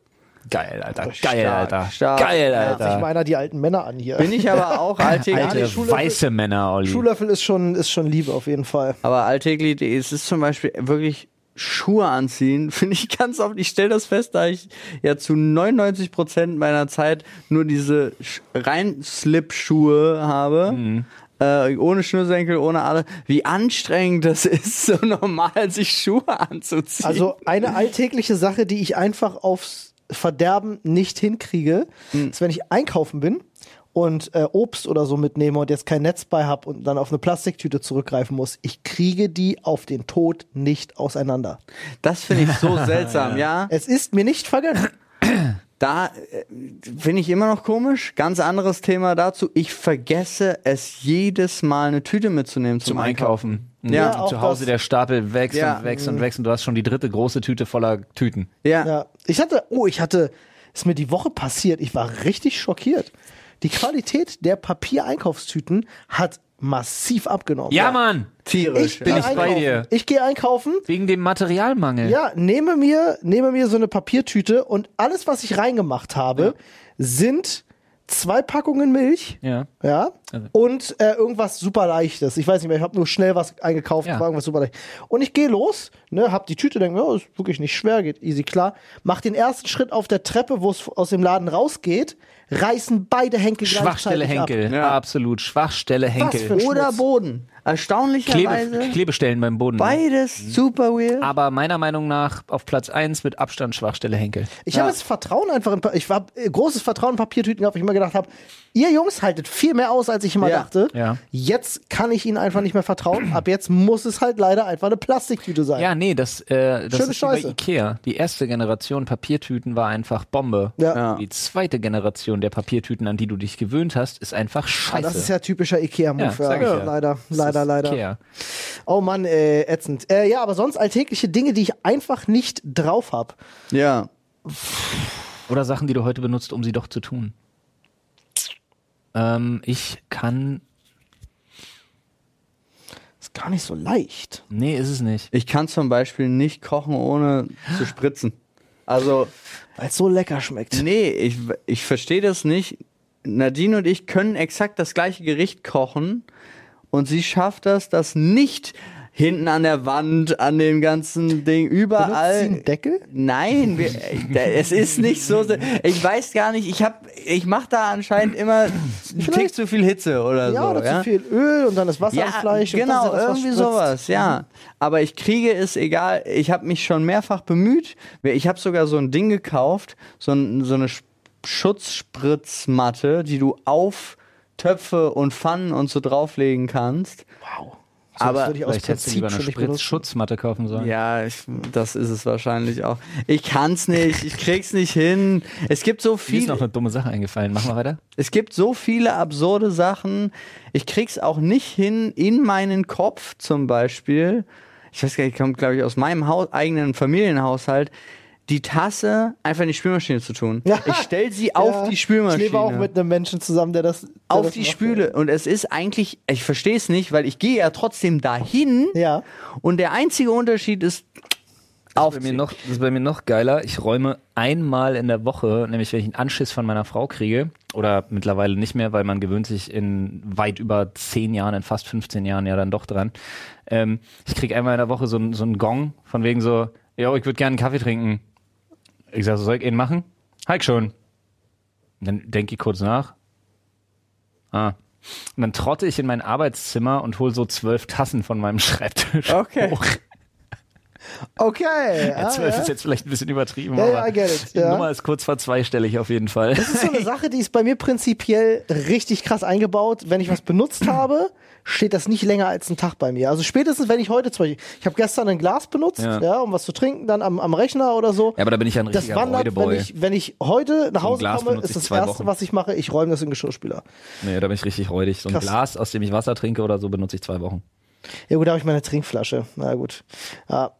B: Geil, Alter. Geil,
C: stark,
B: Alter.
C: stark.
B: Geil,
A: Hört sich
B: Alter.
A: meiner die alten Männer an hier.
C: Bin ich aber auch
B: Alte,
C: alltäglich.
A: Schuhlöffel-
B: weiße Männer, Olli.
A: Schuhlöffel ist schon, ist schon Liebe auf jeden Fall.
C: aber alltäglich, es ist zum Beispiel wirklich Schuhe anziehen, <laughs> finde ich ganz oft. Ich stelle das fest, da ich ja zu 99 Prozent meiner Zeit nur diese Sch- rein Slip-Schuhe habe. Äh, ohne Schnürsenkel, ohne alles. Wie anstrengend das <laughs> ist, so normal sich Schuhe anzuziehen.
A: Also eine alltägliche Sache, die ich einfach aufs Verderben nicht hinkriege, ist, wenn ich einkaufen bin und äh, Obst oder so mitnehme und jetzt kein Netz bei habe und dann auf eine Plastiktüte zurückgreifen muss. Ich kriege die auf den Tod nicht auseinander.
C: das finde ich
A: <laughs>
C: so seltsam, ja.
A: Es ist mir nicht vergönnt.
C: Da äh, finde ich immer noch komisch. Ganz anderes Thema dazu. Ich vergesse es jedes Mal, eine Tüte mitzunehmen zum,
B: Zum Einkaufen. Mhm.
C: Ja,
B: Und
A: auch
B: zu Hause
A: das.
B: der Stapel wächst
C: Ja.
B: und wächst und wächst und du hast schon die dritte große Tüte voller Tüten.
C: Ja.
A: Ja. Ich hatte, oh, ich hatte, ist mir die Woche passiert, ich war richtig schockiert. Die Qualität der Papiereinkaufstüten hat massiv abgenommen.
B: Ja, Mann!
C: tierisch.
A: Ich bin
C: ja.
B: ich bei
A: einkaufen.
B: dir.
A: Ich gehe einkaufen
B: Wegen dem Materialmangel.
A: Ja, nehme mir, nehme mir so eine Papiertüte und alles, was ich reingemacht habe, sind zwei Packungen Milch.
B: Ja.
A: Ja.
B: Also.
A: Und äh, irgendwas super leichtes. Ich weiß nicht mehr, ich habe nur schnell was eingekauft,
B: Ja.
A: war irgendwas super leicht. Und ich gehe los, ne, hab die Tüte, denke mir, oh, ist wirklich nicht schwer, geht easy klar. Mach den ersten Schritt auf der Treppe, wo es aus dem Laden rausgeht, reißen beide Henkel
B: Schwachstelle
A: gleichzeitig
B: Henkel.
A: Ab.
C: Ja.
B: Absolut. Schwachstelle
A: Was für
B: Henkel.
A: ein
C: Oder
A: Schmutz.
C: Boden. Erstaunlicherweise
B: Klebe, Klebestellen beim Boden.
A: Mhm.
C: beides super weird.
B: Aber meiner Meinung nach auf Platz 1 mit Abstand Schwachstelle Henkel.
A: Ich habe jetzt Vertrauen einfach in, Pa- ich war äh, großes Vertrauen in Papiertüten gehabt, weil ich immer gedacht habe, ihr Jungs haltet viel mehr aus, als ich immer
C: Ja.
A: dachte.
B: Ja.
A: Jetzt kann ich ihnen einfach nicht mehr vertrauen. Ab jetzt muss es halt leider einfach eine Plastiktüte sein.
B: Ja, nee, das, äh, das
A: Schöne
B: ist wie bei
A: Scheiße.
B: Ikea. Die erste Generation Papiertüten war einfach Bombe.
A: Ja.
C: Ja.
B: Die zweite Generation der Papiertüten, an die du dich gewöhnt hast, ist einfach scheiße.
A: Aber Ah, das ist ja typischer
B: Ja,
A: Ikea-Move. Ja,
B: sag ich ja.
A: Leider,
B: Das
A: leider,
B: ist
A: leider.
B: Ikea.
A: Oh Mann, äh, ätzend. Äh, ja, aber sonst alltägliche Dinge, die ich einfach nicht drauf habe.
C: ja.
B: Oder Sachen, die du heute benutzt, um sie doch zu tun. Ähm, ich kann.
A: Ist gar nicht so leicht.
B: Nee, ist es nicht.
C: Ich kann zum Beispiel nicht kochen, ohne zu spritzen. Also,
A: Weil es so lecker schmeckt.
C: nee, ich, ich verstehe das nicht. Nadine und ich können exakt das gleiche Gericht kochen und sie schafft das, das nicht hinten an der Wand, an dem ganzen Ding,
A: Benutzt sie
C: überall.
A: einen Deckel?
C: Nein, wir, äh, es ist nicht so. se- Ich weiß gar nicht. Ich hab, ich mach da anscheinend immer einen Tick
A: Vielleicht-
C: zu viel Hitze
B: Also,
C: oder
A: ja,
C: so.
A: oder
C: ja?
A: zu viel Öl und dann das Wasser
C: Ja,
A: ins Fleisch.
C: genau,
A: und das Mhm. ist das, was
C: irgendwie
A: spritzt.
C: sowas, ja. Aber ich kriege es egal. Ich habe mich schon mehrfach bemüht. Ich habe sogar so ein Ding gekauft, so, ein, so eine Sch- Schutzspritzmatte, die du auf Töpfe und Pfannen und so drauflegen kannst.
A: Wow. So,
C: Aber
A: das würde ich aus
B: Vielleicht hättest du
A: Prinzip
B: lieber eine
A: schon nicht benutzen.
B: Spritzschutzmatte kaufen sollen.
C: Ja, ich, das ist es wahrscheinlich auch. Ich kann's nicht, ich krieg's nicht hin. Es gibt so
B: Mir ist
C: viel,
B: noch eine dumme Sache eingefallen. Machen wir weiter.
C: es gibt so viele absurde Sachen. Ich krieg's auch nicht hin in meinen Kopf zum Beispiel. Ich weiß gar nicht, kommt glaube ich aus meinem Haus, eigenen Familienhaushalt. Die Tasse einfach in die Spülmaschine zu tun.
A: Ja.
C: Ich stell sie auf
A: <laughs> Ja,
C: die Spülmaschine.
A: Ich lebe auch mit einem Menschen zusammen, der das. Der
C: auf
A: das
C: die
A: macht.
C: Spüle. Und es ist eigentlich, ich verstehe es nicht, weil ich gehe ja trotzdem dahin.
A: Ja.
C: Und der einzige Unterschied ist auf
B: bei mir noch, das ist bei mir noch geiler. Ich räume einmal in der Woche, nämlich wenn ich einen Anschiss von meiner Frau kriege, oder mittlerweile nicht mehr, weil man gewöhnt sich in weit über zehn Jahren, in fast 15 Jahren ja dann doch dran. Ähm, ich kriege einmal in der Woche so, einen- so einen Gong von wegen so, yo, ich würde gerne einen Kaffee trinken. Ich sage, so, soll ich ihn machen? Heik schon. Und Dann denke ich kurz nach. Ah. Und dann trotte ich in mein Arbeitszimmer und hole so zwölf Tassen von meinem Schreibtisch
C: Okay.
B: hoch.
A: Okay.
B: Ja,
A: ah,
B: 12
A: ja.
B: ist jetzt vielleicht ein bisschen übertrieben,
A: Ja, ja,
B: aber
A: I get it,
B: die
A: ja.
B: Nummer ist kurz vor zweistellig auf jeden Fall.
A: Das ist so eine Sache, die ist bei mir prinzipiell richtig krass eingebaut. Wenn ich was benutzt habe, steht das nicht länger als einen Tag bei mir. Also spätestens, wenn ich heute zum Beispiel, ich habe gestern ein Glas benutzt,
B: Ja.
A: ja. um was zu trinken, dann am, am Rechner oder so.
B: <laughs> Ja, aber da bin ich ja ein
A: das
B: richtiger
A: wandert, wenn
B: Räudeboy.
A: ich, wenn ich heute nach Hause
B: Glas
A: komme,
B: benutze
A: ist
B: ich
A: das
B: zwei
A: Erste,
B: Wochen.
A: was ich mache, ich räume das in den Geschirrspüler.
B: Nee, da bin ich richtig räudig. So ein
A: Krass.
B: Glas, aus dem ich Wasser trinke oder so, benutze ich zwei Wochen.
A: Ja gut, da habe ich meine Trinkflasche. Na gut. Ah.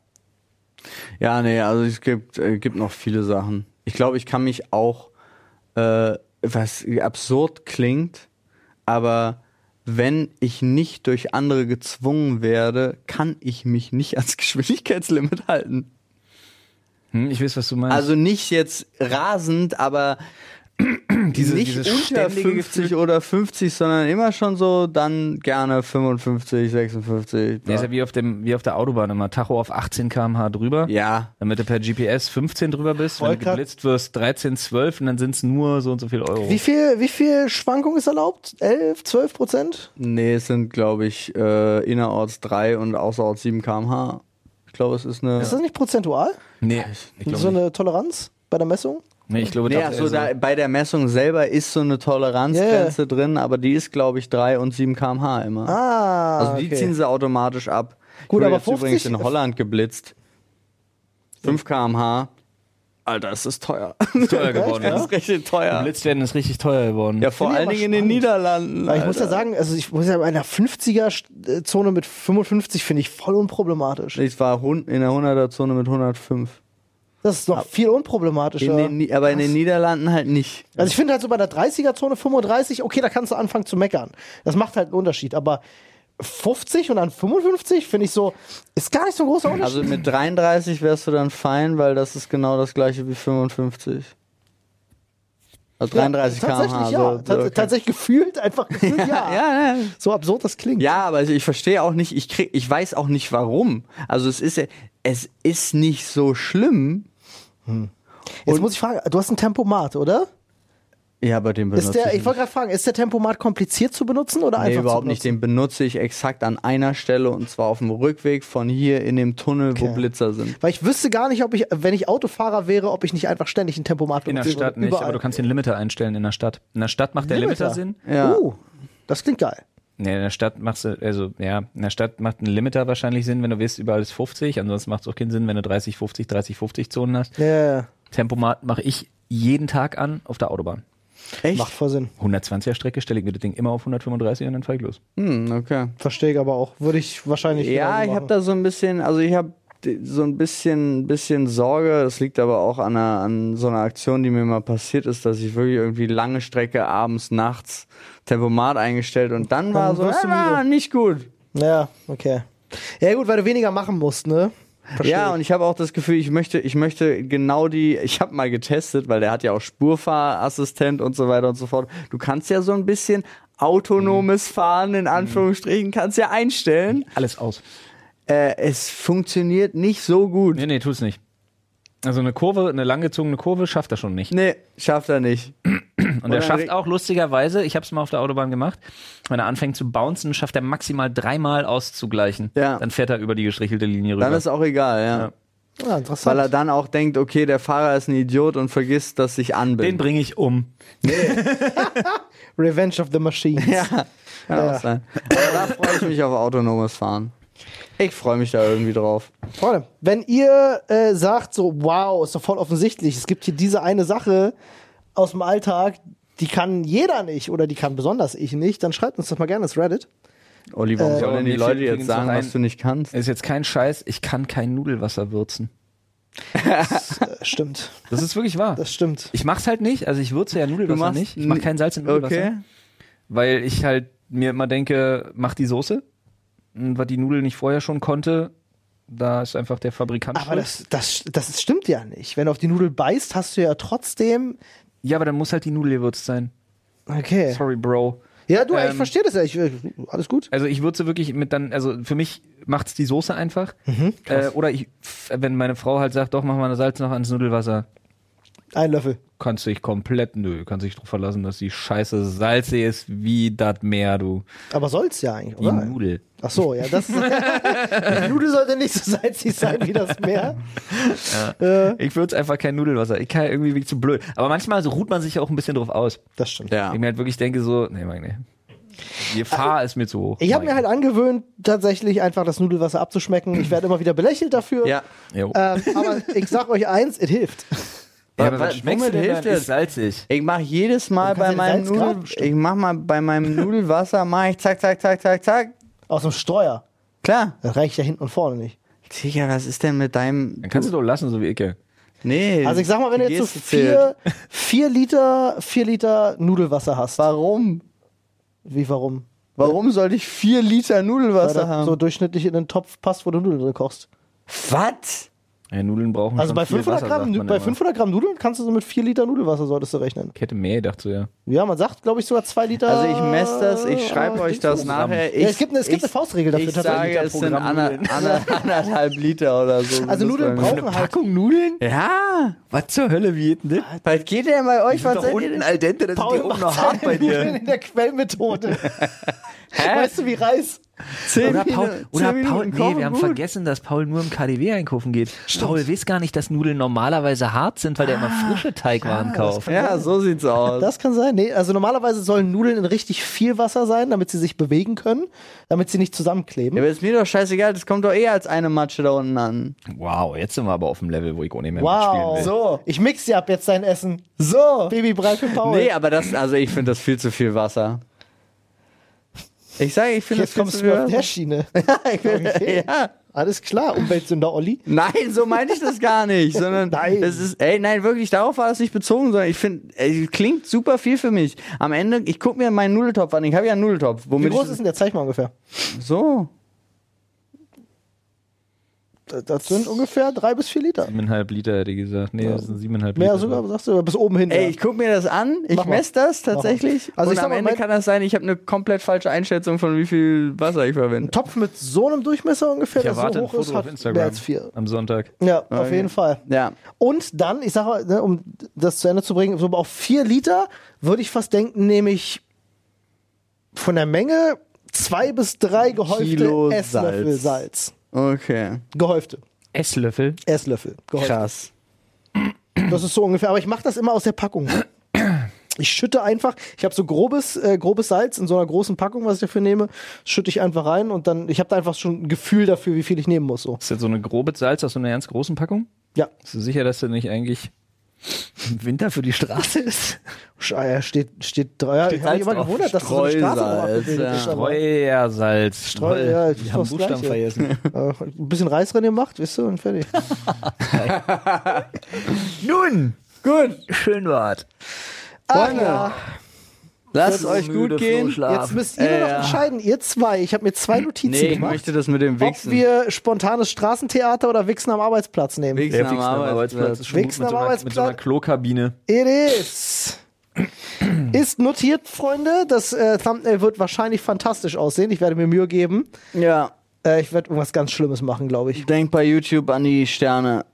A: Ja,
C: Ja, nee, also es gibt, äh, gibt noch viele Sachen. Ich glaube, ich kann mich auch, äh, was absurd klingt, aber wenn ich nicht durch andere gezwungen werde, kann ich mich nicht ans <laughs> Geschwindigkeitslimit halten.
B: Hm, ich weiß, was du meinst.
C: Also nicht jetzt
B: <clears throat>
C: rasend, aber nicht unter 50 oder 50, sondern immer schon so, dann gerne 55, 56.
B: Nee, ist ja wie auf, dem, wie auf der Autobahn immer. Tacho auf 18 km/h drüber.
C: Ja,
B: Damit du per GPS 15 drüber bist. Wenn
A: Wollte
B: du
A: grad-
B: geblitzt wirst, 13, 12 und dann sind es nur so und so viel Euro.
A: Wie viel, wie viel Schwankung ist erlaubt? 11, 12 Prozent?
C: Nee, es sind, glaube ich, äh, innerorts 3 und außerorts 7 km/h. Ich glaube, es ist eine.
A: Ist das nicht prozentual?
B: Nee, ich glaube
A: so
B: nicht.
A: eine Toleranz bei der Messung?
B: Nee, ich glaube,
C: nee,
B: das-
C: also
B: also-
C: da, bei der Messung selber ist so eine Toleranzgrenze drin, aber die ist, glaube ich, 3 und 7 km/h immer.
A: Ah,
C: also die
A: okay.
C: ziehen sie automatisch ab. Ich
A: Gut,
C: wurde
A: aber
C: jetzt übrigens
A: 50
C: in Holland geblitzt. 5 km/h. Alter, es
A: <laughs>
C: ist teuer.
B: ist teuer geworden.
C: Das
B: ne?
C: ist richtig teuer.
B: Geblitzt werden ist richtig teuer geworden.
C: Ja, vor
A: Finde ich
C: allen
A: aber
C: Dingen in den
A: spannend.
C: Niederlanden.
A: Aber ich muss ja
C: Alter.
A: sagen, also ich muss ja in einer 50er-Zone mit 55 finde ich voll unproblematisch.
C: ich war hun- in der 100er-Zone mit 105.
A: Das ist noch viel
C: In
A: unproblematischer.
C: den, Ni- aber in den Niederlanden halt nicht.
A: Also ich finde halt so bei der 30er-Zone 35, okay, da kannst du anfangen zu meckern. Das macht halt einen Unterschied. Aber 50 und dann 55 finde ich so, ist gar nicht so ein großer Unterschied.
C: Also mit 33 wärst du dann fein, weil das ist genau das gleiche wie 55. Also 33
A: ja,
C: km/h.
A: tatsächlich,
C: so,
A: ja.
C: so,
A: Tats-
C: also, okay.
A: Tatsächlich gefühlt,
C: <laughs>
A: einfach gefühlt, ja.
C: Ja, ja.
A: So absurd das klingt.
C: ja, aber also ich verstehe auch nicht, ich, krieg, ich weiß auch nicht warum. Also es ist, ja- es ist nicht so schlimm.
A: Jetzt muss ich fragen, du hast ein Tempomat, oder?
C: Ja, aber den benutze
A: Ist der,
C: ich
A: ich wollte gerade fragen, ist der Tempomat kompliziert zu benutzen oder
C: Nee,
A: einfach
C: überhaupt
A: zu
C: nicht.
A: benutzen?
C: Den benutze ich exakt an einer Stelle und zwar auf dem Rückweg von hier in dem Tunnel, wo
A: Okay.
C: Blitzer sind.
A: Weil ich wüsste gar nicht, ob ich, wenn ich Autofahrer wäre, ob ich nicht einfach ständig einen Tempomat
B: In der
A: benutze.
B: Stadt nicht,
A: Überall.
B: aber du kannst den Limiter einstellen in der Stadt. In der Stadt macht der Limiter, Sinn.
C: Ja.
A: Uh, das klingt geil.
B: Nee, in der Stadt machst du, also ja, in der Stadt macht ein Limiter wahrscheinlich Sinn, wenn du weißt, überall ist 50. Ansonsten macht es auch keinen Sinn, wenn du 30, 50, 30, 50 Zonen hast.
A: Ja, Ja, ja.
B: Tempomat mache ich jeden Tag an auf der Autobahn.
C: Echt?
A: macht voll Sinn.
B: 120er Strecke stelle ich mir das Ding immer auf 135 und dann fahr ich los.
C: Hm, okay.
A: Verstehe ich aber auch. Würde ich wahrscheinlich.
C: Ja,
A: genauso
C: ich habe
A: machen.
C: da so ein bisschen, also ich habe so ein bisschen, bisschen Sorge. Das liegt aber auch an, einer, an so einer Aktion, die mir mal passiert ist, dass ich wirklich irgendwie lange Strecke abends, nachts Tempomat eingestellt und dann war
A: Dann
C: so,
A: wirst du
C: äh, war nicht gut.
A: Ja, okay. Ja, gut, weil du weniger machen musst, ne? Verstehe
C: Ja,
A: ich.
C: und ich habe auch das Gefühl, ich möchte, ich möchte genau die, ich habe mal getestet, weil der hat ja auch Spurfahrassistent und so weiter und so fort. Du kannst ja so ein bisschen
A: Mhm.
C: autonomes Fahren in Anführungsstrichen kannst ja einstellen.
B: Alles aus.
C: Äh, es funktioniert nicht so gut.
B: Nee, nee, tut's nicht. Also eine Kurve, eine langgezogene Kurve schafft er schon nicht.
C: Nee, schafft er nicht.
B: Und er
C: Oder
B: schafft
C: reg-
B: auch lustigerweise, ich habe es mal auf der Autobahn gemacht, wenn er anfängt zu bouncen, schafft er maximal dreimal auszugleichen.
C: Ja.
B: Dann fährt er über die gestrichelte Linie rüber.
C: Dann ist auch egal, ja.
B: Ja.
A: Ah, interessant.
C: Weil er dann auch denkt, okay, der Fahrer ist ein Idiot und vergisst, dass ich
B: Den
C: anbinde.
B: bringe ich um.
A: Revenge of the Machines.
C: Ja, kann
A: Ja.
C: auch sein. Aber da freue ich mich auf autonomes Fahren. Ich freue mich da irgendwie drauf.
A: Freunde, wenn ihr äh, sagt, so, wow, ist doch voll offensichtlich, es gibt hier diese eine Sache aus dem Alltag, die kann jeder nicht oder die kann besonders ich nicht, dann schreibt uns das mal gerne ins Reddit.
C: Olli, warum
A: Äh,
C: sollen denn die
B: mir
C: Leute
B: fällt
C: jetzt
B: übrigens
C: sagen,
B: noch ein-
C: was du nicht kannst?
B: Ist jetzt kein Scheiß, ich kann kein Nudelwasser würzen.
A: Äh, stimmt,
B: Das ist wirklich wahr.
A: das stimmt.
B: Ich mach's halt nicht, also ich würze ja Nudelwasser
C: machst
B: nicht. Ich mach
C: n-
B: kein Salz in Nudelwasser,
C: Okay.
A: ne?
B: weil ich halt mir immer denke, mach die Soße. Und was die Nudel nicht vorher schon konnte, da ist einfach der Fabrikant
A: Aber
B: schuld.
A: das, das, das stimmt ja nicht. Wenn du auf die Nudel beißt, hast du ja trotzdem.
B: ja, aber dann muss halt die Nudel gewürzt sein.
A: Okay.
B: Sorry, Bro.
A: Ja, du, ich
B: Ähm,
A: verstehe das ja. Ich, äh, alles gut.
B: Also ich würze wirklich mit dann, also für mich macht's die Soße einfach. äh, oder ich, f- wenn meine Frau halt sagt, doch, mach mal eine Salz noch ans Nudelwasser,
A: Ein Löffel.
B: kannst dich komplett, nö, kannst dich drauf verlassen, dass die Scheiße salzig ist wie das Meer, du.
A: Aber soll's ja eigentlich,
B: Die
A: oder?
B: Nudel.
A: Ach so, ja, das <laughs> ist. die Nudel sollte nicht so salzig sein wie das Meer. Äh,
B: Ich würd's einfach kein Nudelwasser. Ich kann ja irgendwie bin ich zu blöd. Aber manchmal so ruht man sich ja auch ein bisschen drauf aus.
A: das stimmt.
C: Ja.
B: Ich mir halt wirklich denke so, nee, mag ich nicht. Die Gefahr ist Ah, mir zu hoch.
A: Ich habe
B: Mag
A: mir halt angewöhnt, tatsächlich einfach das Nudelwasser abzuschmecken. Ich werde immer wieder belächelt dafür.
C: Ja.
B: nicht. Jo.
A: Ähm,
C: <laughs>
A: aber ich sag euch eins, es hilft.
B: ja, aber
C: wa-
B: was schmeckst du
C: womit
B: denn
C: hilft
B: dann?
C: es?
B: Ist salzig.
C: Ich mache jedes Mal
A: Du kannst
C: bei
A: ja
C: meinem
A: den Salzgrad
C: Nudel, ich mach mal bei meinem Nudelwasser, mache ich zack, zack, zack, zack, zack.
A: Aus dem Streuer.
C: Klar.
A: Das reicht ja hinten und vorne nicht.
C: Digga, was ist denn mit deinem.
B: Dann kannst du doch lassen, so wie ich. ja.
C: Nee.
A: Also ich sag mal, wenn du
C: die
A: jetzt so
C: Geste zählt.
A: vier, vier, Liter, vier Liter Nudelwasser hast.
C: Warum?
A: Wie warum?
C: Warum sollte ich vier Liter
A: Weil
C: Nudelwasser
A: das
C: haben?
A: so durchschnittlich in den Topf passt, wo du Nudeln drin kochst.
C: Was?
B: Ja, Nudeln brauchen
A: Also
B: schon
A: bei
B: viel
A: 500,
B: Wasser,
A: Gramm,
B: sagt man
A: bei
B: immer.
A: 500 Gramm Nudeln kannst du so mit vier Liter Nudelwasser solltest du rechnen.
B: Ich hätte mehr, dachte ja.
A: Ja, man sagt, glaube ich, sogar zwei Liter.
C: Also ich messe das, ich schreibe
A: äh,
C: euch
A: Dings
C: das
A: hoch.
C: nachher. Ich,
A: Ja, es gibt eine- es gibt eine Faustregel dafür
C: Ich
A: tatsächlich.
C: sage, es sind
B: Programm
C: ander, ander,
A: <laughs>
C: anderthalb Liter oder so.
A: Also
C: Das
A: Nudeln
C: war mir-
A: brauchen halt.
B: Nudeln?
C: Ja,
B: Was zur Hölle, wie geht denn das?
A: Ah,
C: was geht denn bei euch? Was seid ihr denn?
B: al dente, das
A: Paul macht seine Nudeln in der <laughs> Quellmethode. weißt du, wie Reis?
C: Zehn
B: Oder Paul,
C: Minuten-
B: oder
C: zehn
B: Paul
C: Minuten
B: nee,
C: kochen,
B: wir haben
C: gut.
B: vergessen, dass Paul nur im KDW einkaufen geht. Paul weiß gar nicht, dass Nudeln normalerweise hart sind, weil der immer
A: Ah,
B: frische Teigwaren kauft.
C: Ja, so sieht's aus.
A: <laughs> Das kann sein. Nee, also normalerweise sollen Nudeln in richtig viel Wasser sein, damit sie sich bewegen können, damit sie nicht
C: ja,
A: zusammenkleben.
C: aber ist mir doch scheißegal, das kommt doch eher als eine Matsche da unten an.
B: Wow, jetzt sind wir aber auf dem Level, wo ich ohne mehr
A: Wow.
B: mitspielen will.
A: So. Ich mix dir ab jetzt dein Essen.
C: So.
A: Babybrei für Paul.
C: Nee, aber das, also ich finde das viel zu viel Wasser. Ich sage, ich finde das
A: jetzt
C: viel
A: kommst
C: zu
A: du
C: viel
A: mir auf der <laughs>
C: Wasser.
A: Schiene.
C: Okay.
A: okay.
C: Ja.
A: Alles klar, Umweltsünder Olli.
C: Nein, so meine ich das gar nicht, sondern
A: Nein.
C: es ist, ey, nein, wirklich, darauf war das nicht bezogen, sondern ich finde, es klingt super viel für mich. Am Ende, ich gucke mir meinen Nudeltopf an, ich habe ja einen Nudeltopf,
A: Wie
C: womit
A: groß ist
C: ich,
A: denn der? Zeig mal ungefähr.
C: so,
A: Das sind ungefähr drei bis vier Liter.
B: Siebeneinhalb Liter hätte ich gesagt. Nee, das sind siebeneinhalb
A: Mehr
B: Liter. ne?
A: sogar, sagst du, bis oben hin.
C: Ey,
A: ja.
C: ich guck mir das an, ich
A: Mach mal.
C: messe das tatsächlich.
A: Also
C: Also
A: ich
C: und
A: sag
C: am
A: mal,
C: Ende
A: mein-
C: kann das sein, ich habe eine komplett falsche Einschätzung von wie viel Wasser ich
A: Ein
C: verwende.
A: Topf mit so einem Durchmesser ungefähr,
B: Ich
A: der
B: erwarte
A: so
B: ein
A: hoch
B: Foto
A: ist,
B: auf
A: hat
B: Instagram
A: mehr als vier.
B: am Sonntag.
A: Ja, auf jeden Fall.
C: Ja.
A: Und dann, ich sage mal, ne, um das zu Ende zu bringen, so auf vier Liter würde ich fast denken, nehme ich von der Menge zwei bis drei gehäufte
C: Kilo
A: Esslöffel
C: Salz.
A: Salz.
C: Okay.
A: Gehäufte.
B: Esslöffel.
A: Esslöffel. Gehäufte.
C: Krass.
A: Das ist so ungefähr. Aber ich mache das immer aus der Packung. Ich schütte einfach, ich habe so grobes, äh, grobes Salz in so einer großen Packung, was ich dafür nehme, schütte ich einfach rein und dann, ich habe da einfach schon ein Gefühl dafür, wie viel ich nehmen muss. So.
B: Ist das so eine grobe Salz aus so einer ganz großen Packung?
A: Ja,
B: Bist du sicher, dass das nicht eigentlich im Winter für die Straße ist?
A: Scheier ah, steht, steht teuer. Ich habe mich
C: Salz
A: immer
C: drauf.
A: gewundert, dass das so eine Straße drauf
C: Streusalz,
A: abgebildet
C: ja.
A: ist. aber-
B: Streuersalz.
A: Streu- ja, ist
B: Wir
A: doch
B: haben
A: das
B: Buchstaben
A: Gleiche.
B: vergessen.
A: Äh, ein bisschen Reis drin gemacht, wisst ihr, und fertig.
B: Nun,
C: Gut.
B: schön wart.
A: <laughs> Ah,
C: Freunde,
A: ja.
C: Lasst es euch gut gehen.
A: Jetzt müsst ihr
C: Äh,
A: nur noch
C: ja.
A: entscheiden, ihr zwei. Ich habe mir zwei Notizen
C: Nee, ich
A: gemacht,
C: möchte das mit dem
A: ob
C: Wichsen.
A: wir spontanes Straßentheater oder Wichsen am Arbeitsplatz nehmen.
C: Wichsen
B: Der
C: am
B: Wichsen am Arbeitsplatz ist
C: Arbeitsplatz.
B: schon gut
A: Wichsen
B: mit so,
A: am
B: einer, mit so einer
A: Arbeitsplatz.
B: Klokabine.
A: It is. <clears throat> Ist notiert, Freunde. Das äh, Thumbnail wird wahrscheinlich fantastisch aussehen. Ich werde mir Mühe geben.
C: Ja.
A: Äh, ich werde irgendwas ganz Schlimmes machen, glaube ich.
C: Denkt bei YouTube an die Sterne.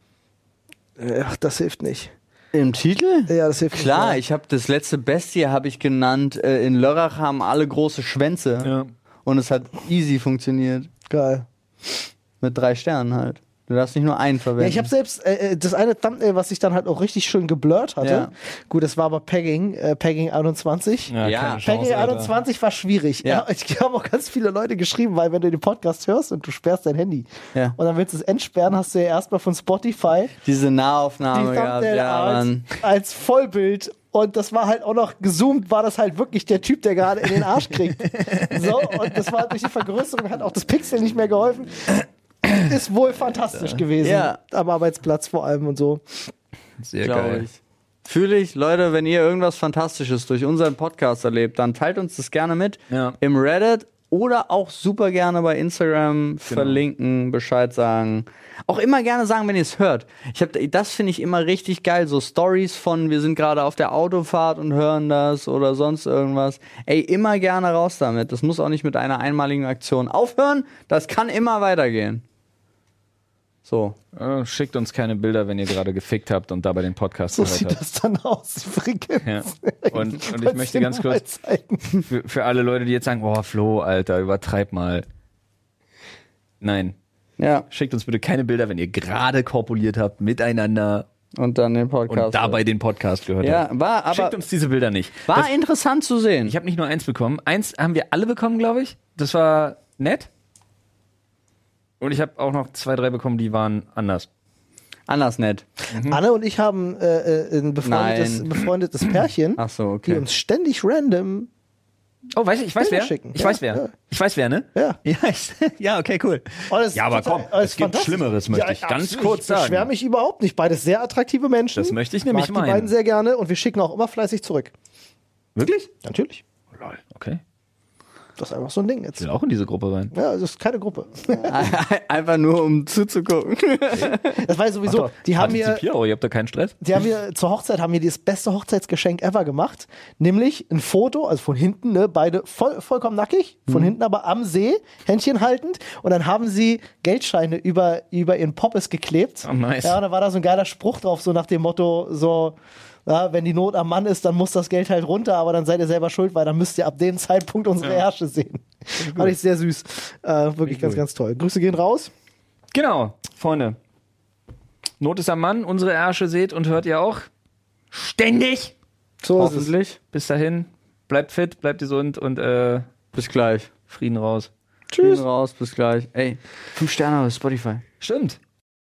A: Äh, Ach, das hilft nicht.
C: Im Titel?
A: Ja, das hilft nicht.
C: Klar,
A: mehr.
C: ich habe das letzte Bestie habe ich genannt. Äh, in Lörrach haben alle große Schwänze.
B: Ja.
C: Und es hat easy funktioniert.
A: Geil.
C: Mit drei Sternen halt. Du darfst nicht nur einen verwenden.
A: Ja, ich habe selbst äh, äh, das eine Thumbnail, was ich dann halt auch richtig schön geblurrt hatte.
C: Ja.
A: Gut, das war aber Pegging, äh, Pegging 21.
C: Ja.
B: keine
A: Pegging
B: Alter.
A: 21 war schwierig. Ja.
C: Ja.
A: ich habe auch ganz viele Leute geschrieben, weil wenn du den Podcast hörst und du sperrst dein Handy
C: Ja.
A: und dann willst du es entsperren, hast du ja erstmal von Spotify
C: Diese
A: die
C: Nahaufnahme gehabt.
A: Thumbnail
C: Ja,
A: als,
C: Mann.
A: als Vollbild. Und das war halt auch noch gezoomt, war das halt wirklich der Typ, der gerade in den Arsch kriegt. So, und das war durch die Vergrößerung, hat auch das Pixel nicht mehr geholfen. Ist wohl fantastisch gewesen.
C: Ja.
A: Am Arbeitsplatz vor allem und so.
B: Sehr
C: glaube
B: geil.
C: ich. Fühle ich, Leute, wenn ihr irgendwas Fantastisches durch unseren Podcast erlebt, dann teilt uns das gerne mit
B: Ja.
C: im Reddit oder auch super gerne bei
B: Genau.
C: Instagram verlinken, Bescheid sagen. Auch immer gerne sagen, wenn ihr es hört. Ich hab, das finde ich immer richtig geil, so Stories von wir sind gerade auf der Autofahrt und hören das oder sonst irgendwas. Ey, immer gerne raus damit. Das muss auch nicht mit einer einmaligen Aktion aufhören. Das kann immer weitergehen. So.
B: Äh, Schickt uns keine Bilder, wenn ihr gerade gefickt habt und dabei den Podcast
A: So
B: gehört
A: sieht
B: habt.
A: das dann aus. <laughs> Frickens.
B: Ja. Und, und ich
A: Wollt's
B: möchte
A: dir
B: ganz
A: mal
B: kurz
A: zeigen.
B: für, für alle Leute, die jetzt sagen, oh Flo, Alter, übertreib mal. Nein,
C: Ja.
B: schickt uns bitte keine Bilder, wenn ihr gerade korpuliert habt miteinander
C: Und dann den
B: und
C: Podcast.
B: dabei den Podcast gehört
C: Ja,
B: habt.
C: war aber-
B: schickt uns diese Bilder nicht.
C: War
B: das,
C: interessant zu sehen.
B: ich habe nicht nur eins bekommen. Eins haben wir alle bekommen, glaube ich. Das war nett. Und ich habe auch noch zwei, drei bekommen, die waren anders.
C: Anders nett.
A: Anne und ich haben äh, äh, ein befreundetes,
C: Nein.
A: befreundetes Pärchen,
C: Ach so,
A: die
C: okay.
A: uns ständig random
B: Oh, weiß ich, ich weiß
A: Bilder
B: wer.
A: schicken.
B: Ich
A: Ja,
B: weiß wer.
A: ja.
B: Ich weiß wer, ne?
A: Ja.
B: <laughs> Ja, ich, ja okay, cool.
A: Oh, das ist
B: ja, aber
A: total-
B: komm,
A: oh, das
B: es
A: ist
B: gibt
A: fantastisch.
B: Schlimmeres, möchte
A: Ja,
B: ich ganz
A: absolut.
B: kurz
A: Ich beschwere
B: sagen.
A: mich überhaupt nicht. Beides sehr attraktive Menschen.
B: Das möchte ich nämlich
A: Mag die
B: meinen.
A: beiden sehr gerne und wir schicken auch immer fleißig zurück.
B: Wirklich?
A: Natürlich.
B: Oh, Lol. Okay.
A: Das ist einfach so ein Ding
B: Ich
A: jetzt.
B: will auch in diese Gruppe rein.
A: Ja, das ist keine Gruppe.
C: <laughs> Einfach nur, um zuzugucken.
A: Das war ja sowieso.
B: Doch,
A: Die haben mir,
B: partizipier auch, ihr habt da keinen Stress.
A: die haben mir zur Hochzeit haben mir das beste Hochzeitsgeschenk ever gemacht, nämlich ein Foto, also von hinten, ne, beide voll, vollkommen nackig, von
B: Mhm.
A: hinten aber am See, Händchen haltend, und dann haben sie Geldscheine über über ihren Poppes geklebt.
B: Oh, nice.
A: Ja, und da war da so ein geiler Spruch drauf, so nach dem Motto, so. Ja, wenn die Not am Mann ist, dann muss das Geld halt runter, aber dann seid ihr selber schuld, weil dann müsst ihr ab dem Zeitpunkt unsere Herrsche sehen. Fand ich sehr süß. Äh, wirklich ganz,
B: gut.
A: ganz toll. Grüße gehen raus.
B: Genau, Freunde. Not ist am Mann, unsere Ärsche seht und hört ihr auch. Ständig!
A: So ist es.
C: Hoffentlich.
B: Bis dahin, bleibt fit, bleibt gesund und äh,
C: Bis gleich.
B: Frieden raus.
C: Tschüss. Raus, bis gleich. Ey, fünf Sterne auf Spotify.
B: Stimmt.